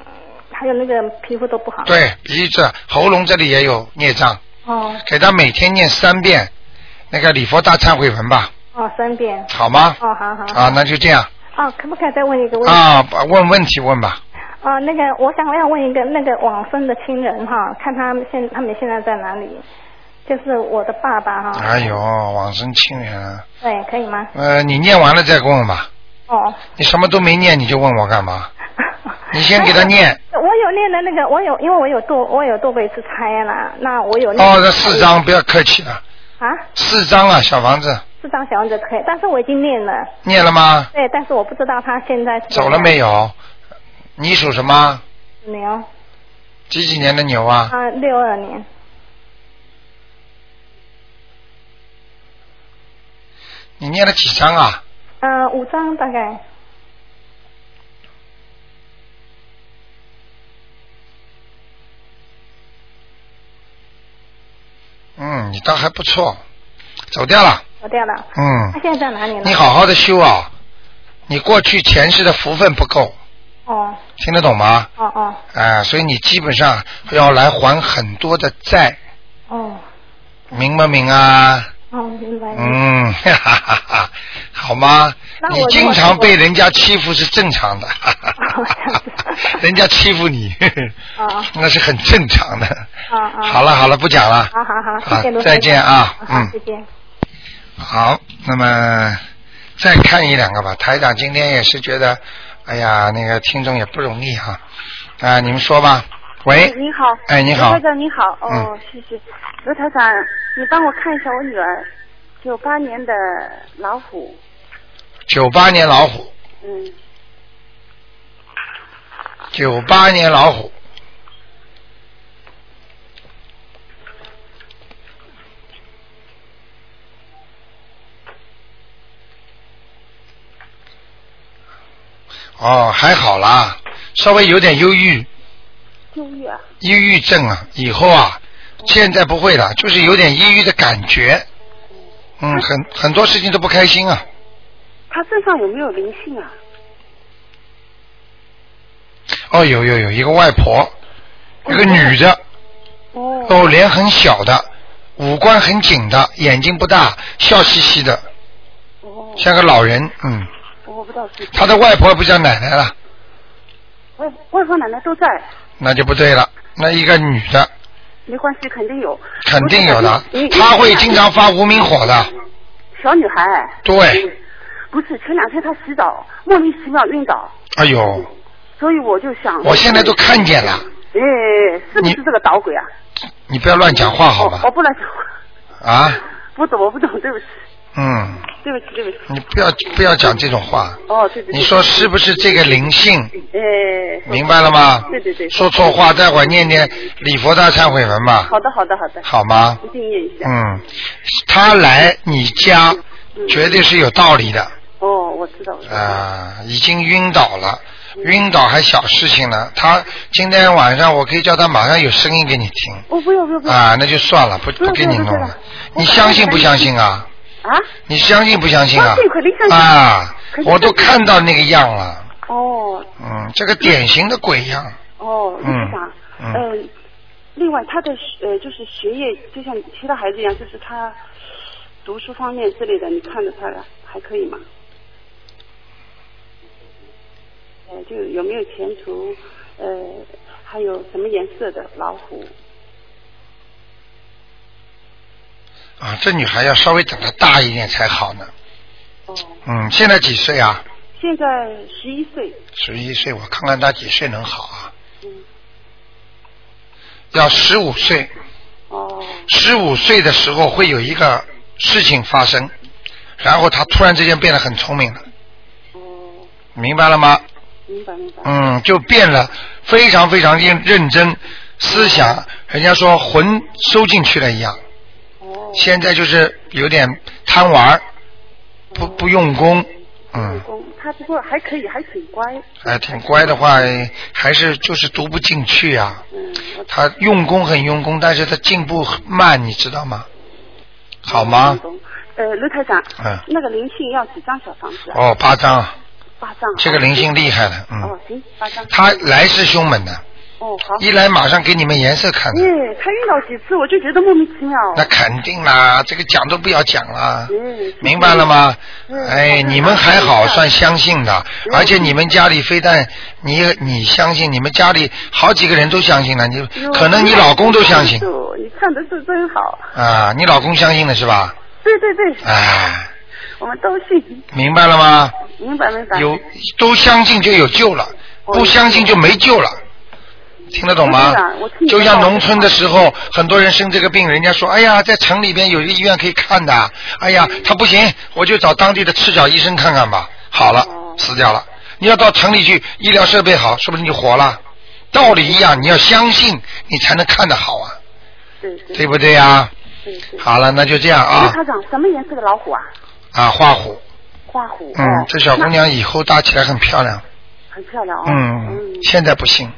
H: 还有那个皮肤都不好。。
A: 对，鼻子、喉咙这里也有孽障，
H: 哦
A: 给他每天念三遍那个礼佛大忏悔文吧，
H: 哦，三遍。
A: 好吗？
H: 哦，好好。
A: 啊，那就这样
H: 哦，可不可以再问一个问题？
A: 啊，把问问题问吧。
H: 啊，那个我想要问一个那个往生的亲人哈，看他们现他们现在在哪里？就是我的爸爸哈。
A: 哎呦，往生亲人啊，
H: 对，可以吗？
A: 呃，你念完了再问问吧。
H: 哦。
A: 你什么都没念，你就问我干嘛？你先给他念。
H: 我有念的那个，我有，因为我有做，我有做过一次差啦。那我有念
A: 哦，这四张不要客气了，
H: 啊，
A: 四张啊，小房子
H: 四张小王子可以，但是我已经念了，
A: 念了吗？
H: 对，但是我不知道他现在是
A: 啊走了没有？你属什么？
H: 牛
A: 几几年的牛啊？
H: 哦啊，六二年，
A: 你念了几张啊？
H: 呃，五张大概，
A: 嗯，你倒还不错，走掉了。
H: 我掉了。他
A: 嗯，
H: 现在在哪里呢？
A: 你。好好的修啊，你过去前世的福分不够，
H: 哦
A: 听得懂吗？
H: 哦哦
A: 啊、所以你基本上要来还很多的债，
H: 哦
A: 明不明啊？
H: 哦，明白。
A: 嗯，哈哈哈哈，好吗
H: 那？我
A: 你经常被人家欺负是正常的，哈哈
I: 哦
A: 哈哈 *laughs* 人家欺负你，呵呵
H: 哦
A: *laughs* 那是很正常的。
H: 哦哦。
A: 好。了好了，不讲了。
H: 好好好，谢谢
A: 好
H: 卢
A: 再见啊
H: 台长好
A: 嗯
H: 再见。
A: 好，那么再看一两个吧。台长今天也是觉得，哎呀，那个听众也不容易哈、啊。你们说吧。喂，
I: 你好，
A: 哎，你好
I: 刘台，长你好，哦
A: 嗯，
I: 谢谢，刘台长，你帮我看一下我女儿，九八年的老虎，
A: 九八年老虎，
I: 嗯，
A: 九八年老虎，哦，还好啦，稍微有点忧郁，
I: 忧郁啊，
A: 抑郁症啊，以后啊，现在不会了，就是有点抑郁的感觉，嗯，很很多事情都不开心啊，
I: 她身上有没有灵性啊？
A: 哦，有有有一个外婆，一个女的，
I: 哦
A: 哦，脸很小的，五官很紧的，眼睛不大，笑嘻嘻的，像个老人，嗯，
I: 哦我不知道是。
A: 他的外婆不叫奶奶了，
I: 外外婆奶奶都在，
A: 那就不对了，那一个女的
I: 没关系，肯定有。
A: 肯定有的
I: 不是你，你
A: 她会经常发无名火的，
I: 小女孩。
A: 对，
I: 不是，前两天她洗澡，莫名其妙晕倒，
A: 哎呦，
I: 所以我就想。
A: 我现在都看见了，
I: 哎，是不是这个捣鬼啊？
A: 你不要乱讲话好吧？
I: 我不能讲，
A: 啊，
I: 不懂，我不懂，对不起，
A: 嗯，
I: 对不起，对不起。
A: 你不要不要讲这种话，
I: 哦，对对对。
A: 你说是不是这个灵性？
I: 哎。
A: 明白了吗？
I: 对对对。
A: 说错话，待会儿念念礼佛大忏悔文吧，
I: 好的，好的，好的。
A: 好吗？
I: 一定念一下。
A: 嗯，他来你家
I: 嗯
A: 绝对是有道理的
I: 哦，我知道了。
A: 啊、已经晕倒了，晕倒还小事情呢。他今天晚上我可以叫他马上有声音给你听
I: 我哦不要，不要，不要。
A: 啊、那就算了，不
I: 不要
A: 不给你弄
I: 不要不要
A: 了。你相信不相信啊？
I: 啊？
A: 你相信不相信啊
I: 相信肯定相？信
A: 啊
I: 肯定，相信
A: 我都看到那个样了，
I: 哦，
A: 嗯，这个典型的鬼样，
I: 哦，
A: 嗯
I: 陆市长，
A: 嗯
I: 呃另外他的呃，就是学业，就像其他孩子一样，就是他读书方面之类的，你看着他还可以吗？呃，就有没有前途？呃，还有什么颜色的老虎？
A: 啊，这女孩要稍微等她大一点才好呢。
I: 哦，
A: 嗯，现在几岁啊？
I: 现在十一岁，
A: 十一岁，我看看她几岁能好啊？
I: 嗯，
A: 要十五岁，
I: 哦，
A: 十五岁的时候会有一个事情发生，然后她突然之间变得很聪明了，
I: 哦，
A: 明白了吗？
I: 明白明白，
A: 嗯，就变了，非常非常认认真，思想，人家说魂收进去了一样。
I: 哦，
A: 现在就是有点贪玩儿，不不用功，嗯，
I: 公，他不过还可以，还挺乖，
A: 还哎挺乖的话，还是就是读不进去啊。
I: 嗯，我
A: 他用功很用功，但是他进步很慢，你知道吗？好吗？
I: 懂。呃，卢台长，
A: 嗯
I: 那个灵性要几张小房子啊？
A: 哦，八张，
I: 八张。啊
A: 这个灵性厉害的，嗯
I: 哦，，行，八张。
A: 他来势凶猛的，
I: 哦，好。
A: 一来马上给你们颜色看的，
I: 耶，他遇到几次我就觉得莫名其妙。
A: 那肯定啦，这个讲都不要讲啦。
I: 嗯，
A: 明白了？吗？
I: 嗯
A: 哎，
I: 好的
A: 你们还好，
I: 好的
A: 算相信的，而且你们家里非但你你相信，你们家里好几个人都相信了，你
I: 哎呦
A: 可能你老公都相信
I: 你看得是真好，
A: 啊，你老公相信了是吧？
I: 对对对，
A: 哎，
I: 我们都信，
A: 明白了吗？
I: 明白明白。哦
A: 有都相信就有救了，不相信就没救了。听得懂吗
I: 我知道我听？你
A: 就
I: 说
A: 像农村的时候，很多人生这个病，人家说：“哎呀，在城里边有一个医院可以看的。”哎呀，他不行，我就找当地的赤脚医生看看吧。好了
I: 哦，
A: 死掉了。你要到城里去，医疗设备好，说不定就活了。道理一样，你要相信，你才能看得好啊，
I: 对对
A: 对不对呀、
I: 对对。
A: 好了，那就这样
I: 卢
A: 啊
I: 台长，什么颜色的老虎啊？
A: 啊，画虎，
I: 花虎。
A: 嗯
I: 哦，
A: 这小姑娘以后搭起来很漂亮，
I: 很漂亮哦。
A: 嗯
I: 嗯，。
A: 现在不行。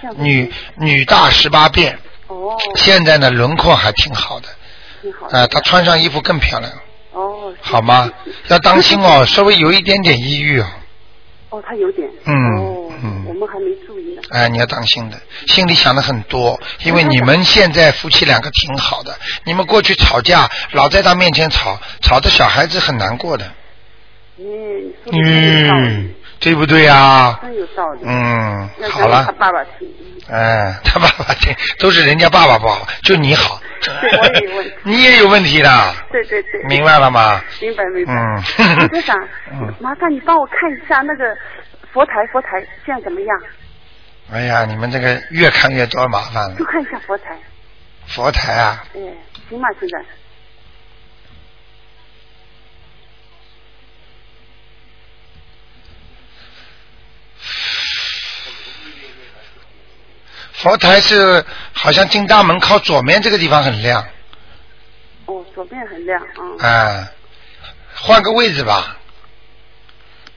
I: 这样子
A: 女女大十八变，
I: 哦，
A: 现在呢轮廓还挺好的，
I: 挺好的。
A: 呃，她穿上衣服更漂亮，
I: 哦。是
A: 好
I: *laughs*
A: 吗？要当心哦，稍微有一点点抑郁哦，
I: 哦，他有点。
A: 嗯
I: 哦
A: 嗯，
I: 我们还没注意呢。
A: 哎，你要当心的，心里想的很多，因为你们现在夫妻两个挺好
I: *laughs*
A: 的，你们过去吵架老在他面前吵，吵的小孩子很难过的，
I: 嗯，你说的真有道
A: 嗯
I: 理，，
A: 对不对啊？
I: 真哎有道理。
A: 嗯，
I: 要
A: 好
I: 讲给他
A: 了，
I: 爸爸听。嗯
A: 哎，他爸爸这都是人家爸爸不好，就你好
I: 对我也有问题，
A: 你也有问题的，
I: 对对对，
A: 明白了吗？
I: 明白明白。
A: 嗯 *laughs*
I: 卢科长
A: 嗯，
I: 麻烦你帮我看一下那个佛台，佛台现在怎么样？
A: 哎呀，你们这个越看越多麻烦了
I: 就。看一下佛台，
A: 佛台啊，
I: 哎，行吗？现在
A: 佛台是好像进大门靠左面这个地方很亮，
I: 哦，左边很亮啊。
A: 啊，换个位置吧，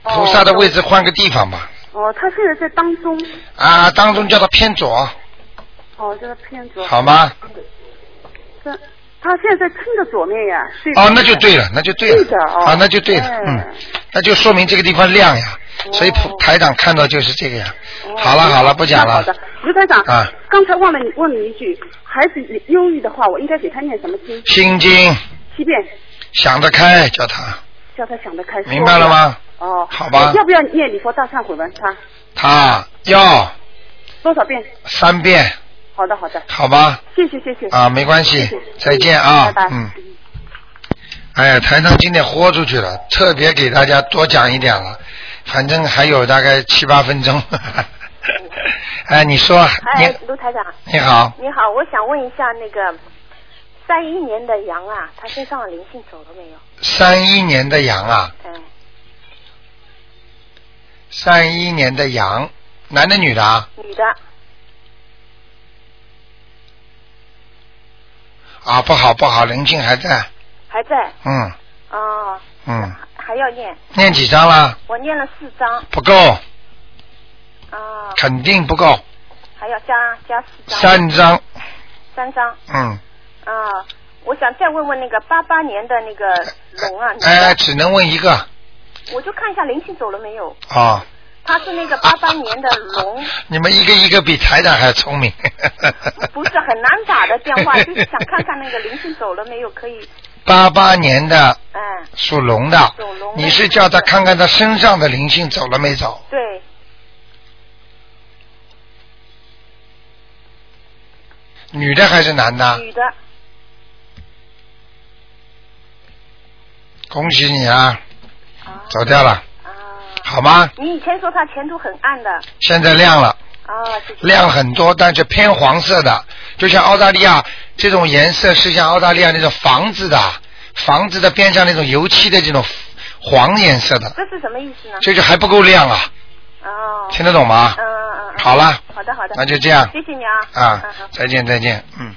I: 哦
A: 菩萨的位置换个地方吧，
I: 哦，他现在在当中，
A: 啊，当中叫它偏左，
I: 哦，这个偏左。
A: 好吗？
I: 这他现在在听着左面呀。对着
A: 哦哦，那就对了，那就对了，
I: 对的哦
A: 啊，那就对了，
I: 哎
A: 嗯，那就说明这个地方亮呀，所以普台长看到就是这个呀。好了好了，不讲
I: 哦那好
A: 了。
I: 的，刘台长，
A: 啊
I: 刚才忘了你问你一句，孩子忧郁的话，我应该给他念什么经？
A: 心经
I: 七遍，
A: 想得开，叫他
I: 叫他想得开。
A: 明白了吗？
I: 哦，
A: 好吧
I: 要不要念礼佛大忏悔文？他
A: 他要
I: 多少遍？
A: 三遍，
I: 好的，好的，
A: 好吧？
I: 谢谢，谢谢。
A: 啊，没关系
I: 谢谢，
A: 再见啊
I: 拜，拜。
A: 嗯。哎呀，台长今天豁出去了，特别给大家多讲一点了，反正还有大概七八分钟。 *laughs* 哎，你说，
J: 哎
A: 你，
J: 卢台长。
A: 你好
J: 你好，我想问一下那个三一年的羊啊，他身上的灵性走了没有？
A: 三一年的羊啊，
J: 嗯，
A: 三一年的羊，男的女的啊？
J: 女的，
A: 啊，不好不好，灵性还在，
J: 还在
A: 嗯
J: 哦，
A: 嗯，
J: 还要念。
A: 念几张啦？
J: 我念了四张，
A: 不够，
J: 啊、
A: 肯定不够，
J: 还要加加四张。
A: 三张，
J: 三张
A: 嗯，
J: 啊、我想再问问那个八八年的那个龙啊，女的
A: 哎，只能问一个啊、
J: 我就看一下灵性走了没有。
A: 哦
J: 他是那个八八年的龙，
A: 你们一个一个比台长还聪
J: *laughs*
A: 明。
J: 不是很难打的
A: *laughs*
J: 电话，就是想看看那个灵性走了没有，可以，
A: 八八年的
J: 嗯，
A: 属龙的
J: 属龙，的
A: 你是叫他看看他身上的灵性走了没走？
J: 对，
A: 女的还是男的？
J: 女的，
A: 恭喜你啊，走掉了，
J: 啊
A: 好吗？
J: 你以前说他前途很暗的，
A: 现在亮了，
J: 啊，谢谢。
A: 亮很多，但是偏黄色的，就像澳大利亚这种颜色是像澳大利亚那种房子的，房子的边上那种油漆的这种黄颜色的，
J: 这是什么意思呢？
A: 这就还不够亮啊，
J: 哦，
A: 听得懂吗？
J: 嗯嗯嗯。
A: 好了
J: 好的好的。
A: 那就这样
J: 谢谢你啊。
A: 啊
J: 嗯好，
A: 再见再见，嗯。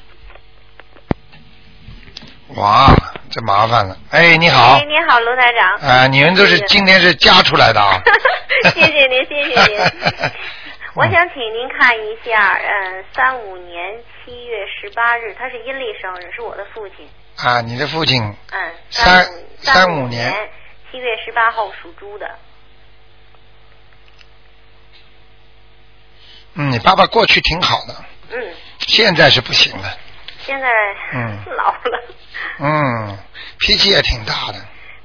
A: 哇，这麻烦了。哎，你好
K: 哎，，你好，哎卢台长。
A: 啊，你们都是今天是加出来的啊。
K: *laughs* 谢谢您，谢
A: *laughs*
K: 谢您。我想请您看一下，嗯，三五年七月十八日，他是阴历生日，是我的父亲。
A: 啊，你的父亲
K: 嗯，
A: 三
K: 三
A: 五
K: 年
A: 年，
K: 七月十八号属猪的。
A: 嗯，你爸爸过去挺好的，
K: 嗯，
A: 现在是不行了，
K: 现在
A: 嗯
K: *laughs* 老了。
A: 嗯，脾气也挺大的，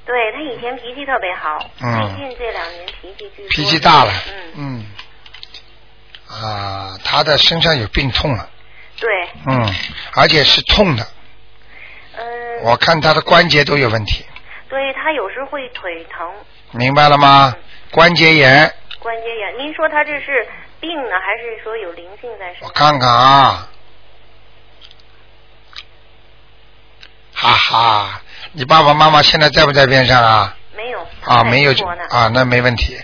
K: 对他以前脾气特别好，
A: 嗯
K: 最近这两年脾气巨多
A: 脾气大了
K: 嗯，，
A: 嗯，啊，他的身上有病痛了，
K: 对，
A: 嗯，而且是痛的，
K: 嗯，
A: 我看他的关节都有问题，
K: 对他有时会腿疼，
A: 明白了吗？关节炎，
K: 关节炎。您说他这是病呢，还是说有灵性在身
A: 我？看看啊，哈哈，你爸爸妈妈现在在不在边上啊？
K: 没有
A: 啊，没有就
K: 说呢。嗯
A: 啊，那没问题。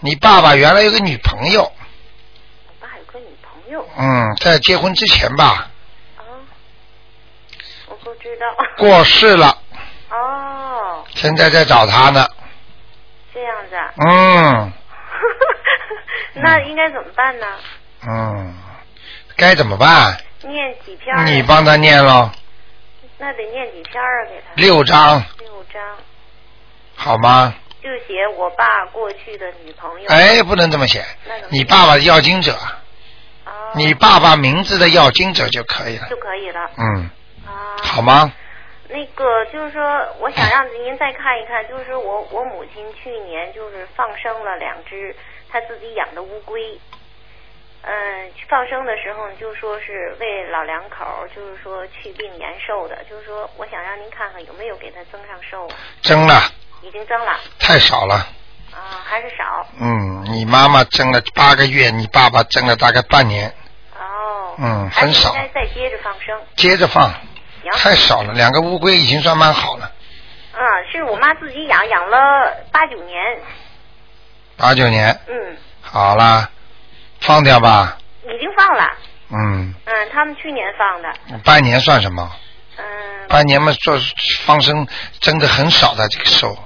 A: 你爸爸原来有个女朋友，
K: 我爸有个女朋友，啊
A: 嗯，在结婚之前吧，
K: 我不知道。
A: 过世了，
K: 哦，
A: 现在在找他呢。
K: 这样子啊，
A: 嗯
K: 那应该怎么办呢？
A: 嗯，该怎么办？
K: 念几篇儿啊？
A: 你帮他念喽，
K: 那得念几篇儿啊？给他
A: 六张
K: 六章，
A: 好吗？
K: 就写我爸过去的女朋友。
A: 哎，不能这么写，你爸爸的要经者，你爸爸名字的要经者就可以了。
K: 就可以了。啊
A: 嗯，好吗？
K: 那个就是说，我想让您再看一看，就是我我母亲去年就是放生了两只她自己养的乌龟。嗯，放生的时候就说是为老两口儿，就是说去病延寿的，就是说我想让您看看有没有给她增上寿，啊
A: 蒸了，
K: 已经增了
A: 太少了。
K: 啊、还是少
A: 嗯，你妈妈蒸了八个月，你爸爸蒸了大概半年。
K: 哦。
A: 嗯，很少
K: 还，是应该再接着放生。
A: 接着放，
K: 行，
A: 太少了。两个乌龟已经算蛮好了，
K: 嗯，是我妈自己养，养了八九年，
A: 八九年，
K: 嗯，
A: 好啦，放掉吧。
K: 已经放了，
A: 嗯，
K: 嗯，他们去年放的，
A: 半年算什么？嗯。半年嘛，做放生蒸的很少的这个寿。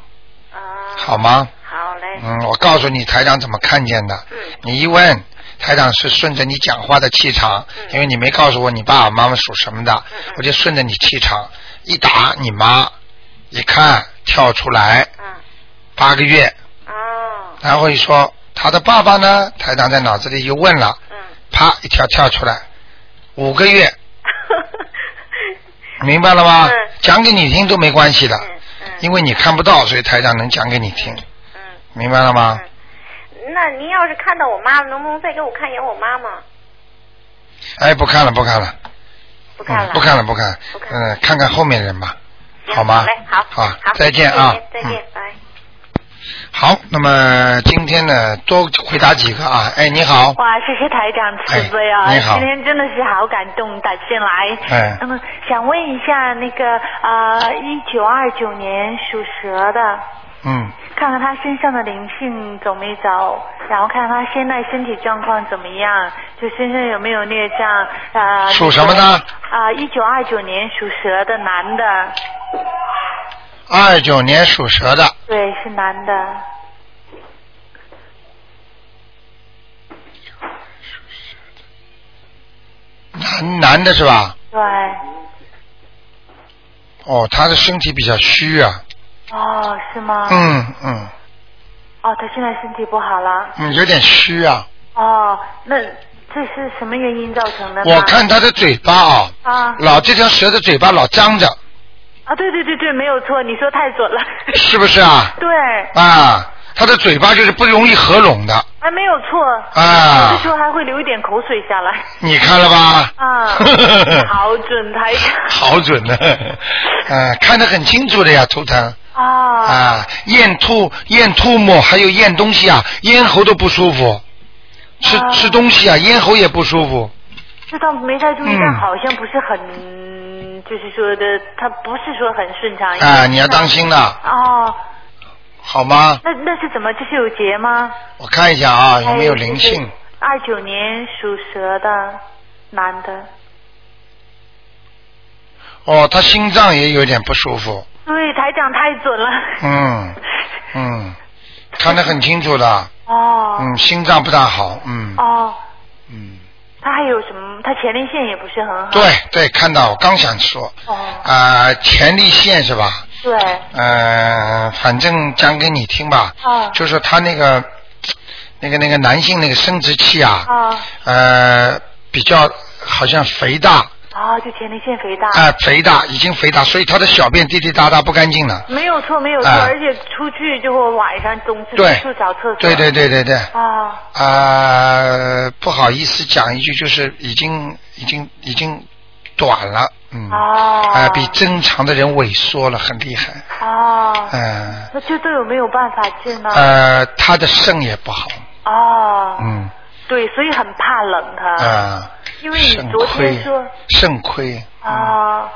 A: 好吗？
K: 好嘞。
A: 嗯，我告诉你，台长怎么看见的。嗯。你一问，台长是顺着你讲话的气场，因为你没告诉我你爸爸妈妈属什么的，我就顺着你气场一打你妈，一看跳出来。八个月。
K: 啊哦。
A: 然后一说他的爸爸呢，台长在脑子里就问了，
K: 嗯
A: 啪一跳跳出来，五个
K: *laughs*
A: 月，明白了
K: 嗯
A: 吗？讲给你听都没关系的，因为你看不到，所以台长能讲给你听，
K: 嗯
A: 明白了吗？
K: 那您要是看到我妈妈，能不能再给我看一眼我妈妈？
A: 哎，不看了，不看了，
K: 不看了，
A: 嗯不看了，不看，嗯，看看后面的人吧，好吗？
K: 嗯好嘞，好，
A: 好
K: 好，
A: 再见啊，
K: 再
A: 嗯
K: 见，再见拜。
A: 好，那么今天呢，多回答几个啊。哎，你好，
L: 哇，谢谢台长慈悲啊！
A: 哎你好
L: 今天真的是好感动，打进来。
A: 哎
L: 嗯，想问一下那个呃，一九二九年属蛇的，
A: 嗯，
L: 看看他身上的灵性走没走，然后看看他现在身体状况怎么样，就身上有没有孽障啊？
A: 属什么呢？
L: 啊、一九二九年属蛇的男的，
A: 二九年属蛇的，
L: 对，是男的。
A: 男男的是吧？
L: 对，
A: 哦，他的身体比较虚啊，
L: 哦，是吗？。
A: 嗯嗯
L: 哦，他现在身体不好了。
A: 嗯，有点虚啊。
L: 哦，那这是什么原因造成的呢？
A: 我看他的嘴巴啊，
L: 啊
A: 老这条蛇的嘴巴老张着，
L: 啊，对对对对，没有错，你说太准了。
A: *laughs* 是不是啊？
L: *laughs* 对，
A: 啊，他的嘴巴就是不容易合拢的，
L: 啊，没有错。
A: 啊
L: 有的时候还会流一点口水
A: *laughs*
L: 下来。
A: 你看了吧？ *laughs*
L: 啊，好准台长。
A: 好准的、啊，看得很清楚的呀，图腾。
L: 啊。
A: 啊，咽吐咽吐沫，还有咽东西啊，咽喉都不舒服，吃、
L: 啊
A: 吃东西啊，咽喉也不舒服。
L: 这倒没太注意，
A: 嗯
L: 但好像不是很，就是说的，他不是说很顺畅。
A: 啊你要当心了
L: 哦，
A: 好吗？
L: 那那是怎么？这是有结吗？
A: 我看一下啊，有没有灵
L: 哎
A: 性？
L: 二九年属蛇的男的，
A: 哦，他心脏也有点不舒服。
L: 对，台长太准了。
A: 嗯嗯，看得很清楚的。
L: 哦、
A: 嗯，心脏不大好。嗯，
L: 哦，
A: 嗯，
L: 他还有什么？他前列腺也不是很好。
A: 对对，看到，我刚想说。
L: 哦，
A: 啊、前列腺是吧？
L: 对，
A: 呃，反正讲给你听吧。
L: 啊
A: 就是他那个，那个那个男性那个生殖器啊，
L: 啊
A: 呃，比较好像肥大，啊、
L: 啊，就前列腺肥大。
A: 肥大，已经肥大，所以他的小便滴滴答答不干净了。
L: 没有错，没有错，
A: 啊
L: 而且出去就会晚上总是
A: 对
L: 去找厕所。
A: 对对对对对
L: 啊，
A: 啊，不好意思讲一句，就是已经已经已经短了，嗯，
L: 哦
A: 啊、比正常的人萎缩了，很厉害，
L: 哦，
A: 嗯、
L: 那这都有没有办法治呢？
A: 呃，他的肾也不好，
L: 哦，
A: 嗯，
L: 对，所以很怕冷他。
A: 啊、
L: 因为
A: 肾
L: 你昨天
A: 亏嗯
L: 说，
A: 肾亏，
L: 啊，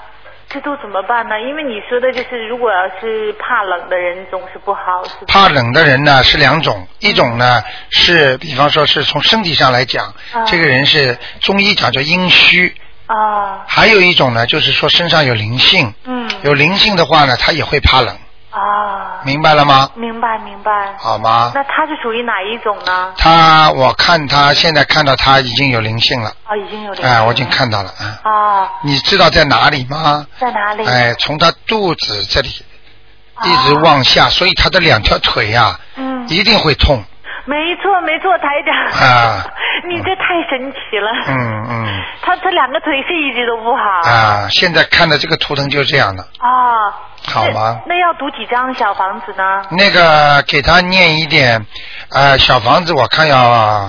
L: 这都怎么办呢？因为你说的就是，如果要是怕冷的人总是不好，是吧？
A: 怕冷的人呢是两种，
L: 嗯
A: 一种呢是，比方说是从身体上来讲，
L: 啊
A: 这个人是中医讲叫阴虚；
L: 啊，
A: 还有一种呢就是说身上有灵性，
L: 嗯，
A: 有灵性的话呢，他也会怕冷，
L: 啊，
A: 明白了吗？
L: 明白明白。
A: 好吗？
L: 那他是属于哪一种呢？
A: 他，我看他现在看到他已经有灵性了，
L: 啊，已经有灵性
A: 哎，
L: 了
A: 我已经看到了啊。
L: 啊，
A: 你知道在哪里吗？
L: 在哪里？
A: 哎，从他肚子这里一直往下，所以他的两条腿呀、
L: 啊嗯，
A: 一定会痛
L: 没错没错，台长，
A: 啊，
L: *laughs* 你这太神奇了。
A: 嗯嗯
L: 他他两个腿是一直都不好。
A: 啊，现在看的这个图腾就是这样的，
L: 啊，
A: 好吗？
L: 那要读几张小房子呢？
A: 那个给他念一点，呃，小房子我看要，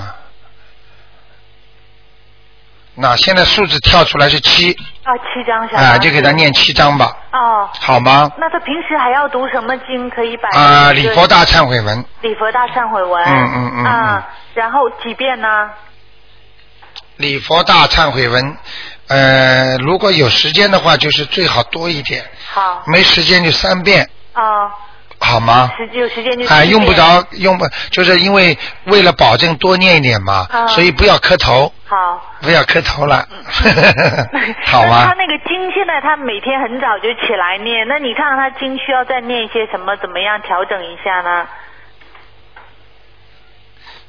A: 那现在数字跳出来是七，
L: 啊，七张小
A: 啊、
L: 房子。
A: 就给他念七章吧，
L: 哦，
A: 好吗？
L: 那他平时还要读什么经可以摆？
A: 啊、礼佛大忏。悔文，
L: 礼佛大忏悔文。
A: 嗯嗯嗯
L: 啊，然后几遍呢？
A: 礼佛大忏悔文，呃，如果有时间的话，就是最好多一点，
L: 好。
A: 没时间就三遍，
L: 啊，
A: 好吗？
L: 时有时间就。
A: 啊，用不。着，用不，就是因为为了保证多念一点嘛，
L: 啊
A: 所以不要磕头，
L: 好。
A: 不要磕头了， *laughs*
L: *laughs*
A: 好啊
L: 嗯那他
A: 吗？
L: 那个经现在他每天很早就起来念，那你看看他经需要再念一些什么，怎么样调整一下呢？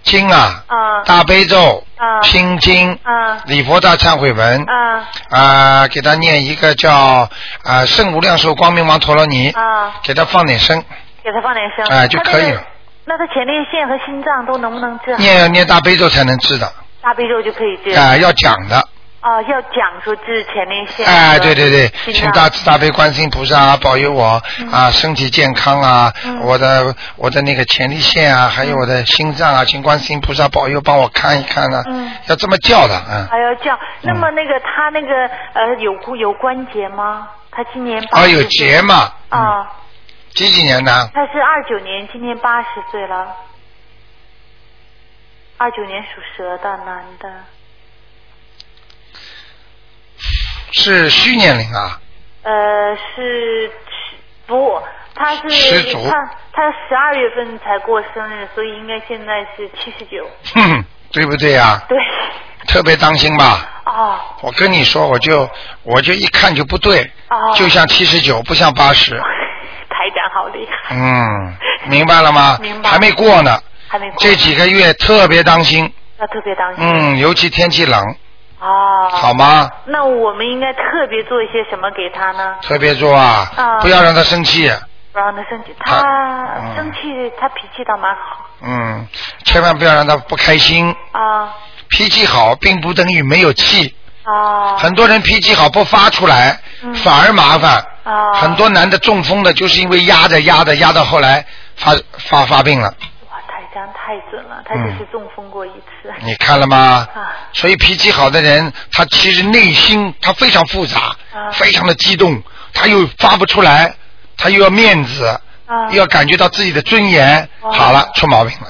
A: 经啊，
L: 啊。
A: 大悲咒，
L: 啊。
A: 心经，
L: 啊。
A: 礼佛大忏悔文，
L: 啊。
A: 啊、给他念一个叫啊、圣无量寿光明王陀罗尼，
L: 啊。
A: 给他放点声，
L: 给他放点声。
A: 哎就
L: 他那个
A: 可以了
L: 那他前列腺和心脏都能不能治好？啊
A: 念念大悲咒才能治的，啊、
L: 大悲咒就可以治。
A: 要讲的，
L: 哦，要讲说治前列腺。
A: 哎、对对对，请
L: 心
A: 大
L: 脏。
A: 慈大悲观世音菩萨、保佑我、
L: 嗯
A: 啊，身体健康啊，我的我的那个前列腺
L: 嗯
A: 啊，还有我的心脏啊，请观世音菩萨保佑帮我看一看啊，
L: 嗯
A: 要这么叫的啊。
L: 还要叫，那么那个他那个呃有骨有关节吗？他今年八
A: 哦，
L: 十
A: 有
L: 岁
A: 结嘛？嗯
L: 啊，
A: 几几年的？
L: 他是二九年，今年八十岁了。二九年属蛇的男的，
A: 是虚年龄啊？
L: 呃，是吃不，他
A: 吃
L: 是
A: 足
L: 他他十二月份才过生日，所以应该现在是七十九。
A: 哼，对不对啊？
L: 对，
A: 特别当心吧。
L: 哦
A: 我跟你说，我就我就一看就不对，
L: 哦，
A: 就像七十九，不像八十。
L: 台长好厉害，
A: 嗯，明白了吗？
L: 明白
A: 还没过呢，
L: 还没过
A: 这几个月特别当心。
L: 要特别当心。
A: 嗯，尤其天气冷，
L: 哦，
A: 好吗？
L: 那我们应该特别做一些什么给他呢？
A: 特别做啊，
L: 啊
A: 不要让他生气。
L: 不让他生气，
A: 啊
L: 他生气，他脾气倒蛮好
A: 嗯，千万不要让他不开心。
L: 啊
A: 脾气好并不等于没有气，
L: 啊
A: 很多人脾气好不发出来，
L: 嗯
A: 反而麻烦。
L: 啊！
A: 很多男的中风的，就是因为压着压着压到后来发发发病了，
L: 哇，台长太准了，他只是中风过一次。
A: 嗯你看了吗？
L: 啊
A: 所以脾气好的人，他其实内心他非常复杂，
L: 啊
A: 非常的激动，他又发不出来，他又要面子，
L: 啊！
A: 又要感觉到自己的尊严，
L: 哇
A: 好了，出毛病了，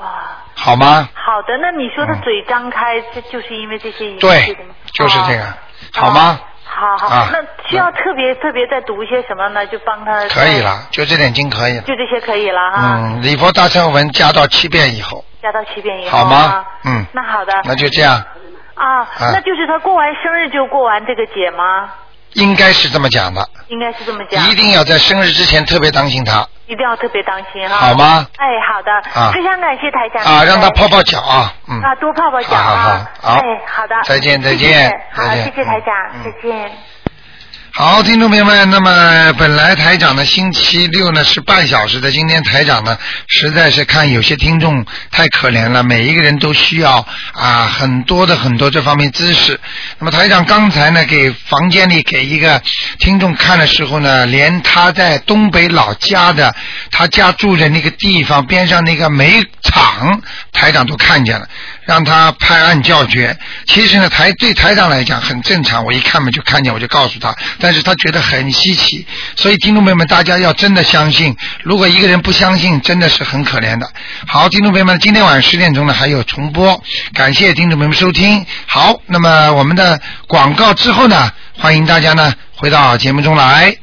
L: 哇，
A: 好吗？
L: 好的，那你说他嘴张开，这就是因为这些
A: 嗯
L: 影响
A: 对
L: 的吗？，哦
A: 就是这个，好吗？
L: 好好，
A: 啊
L: 那需要特别特别再读一些什么呢？就帮他
A: 可以，了，就这点经可以了。
L: 就这些可以了哈。
A: 嗯，礼佛大忏悔文加到七遍以后，
L: 加到七遍以后
A: 好吗
L: 啊？
A: 嗯，
L: 那好的，
A: 那就这样，
L: 啊，那就是他过完生日就过完这个节吗？
A: 应该是这么讲的。
L: 应该是这么讲。
A: 一定要在生日之前特别当心他
L: 一定要特别当心哈。
A: 好吗？
L: 哎，好的。
A: 啊
L: 非常感谢台长。
A: 啊，让他
L: 哎
A: 泡泡脚啊，嗯，
L: 啊，多泡泡脚
A: 好好
L: 啊。
A: 好好
L: 哎，好的。
A: 再见再见
L: 谢谢好，
A: 再见嗯
L: 谢谢台长，再见。
A: 好，听众朋友们，那么本来台长呢，星期六呢是半小时的，今天台长呢实在是看有些听众太可怜了，每一个人都需要啊很多的很多这方面知识。 *laughs* 那么台长刚才呢给房间里给一个听众看的时候呢，连他在东北老家的他家住的那个地方边上那个煤厂，台长都看见了，让他拍案叫绝。其实呢，台对台长来讲很正常，我一看嘛就看见，我就告诉他，但是他觉得很稀奇。所以听众朋友们，大家要真的相信，如果一个人不相信，真的是很可怜的。好，听众朋友们，今天晚上十点钟呢还有重播，感谢听众朋友们收听。好，那么我们的广告之后呢，欢迎大家呢回到节目中来。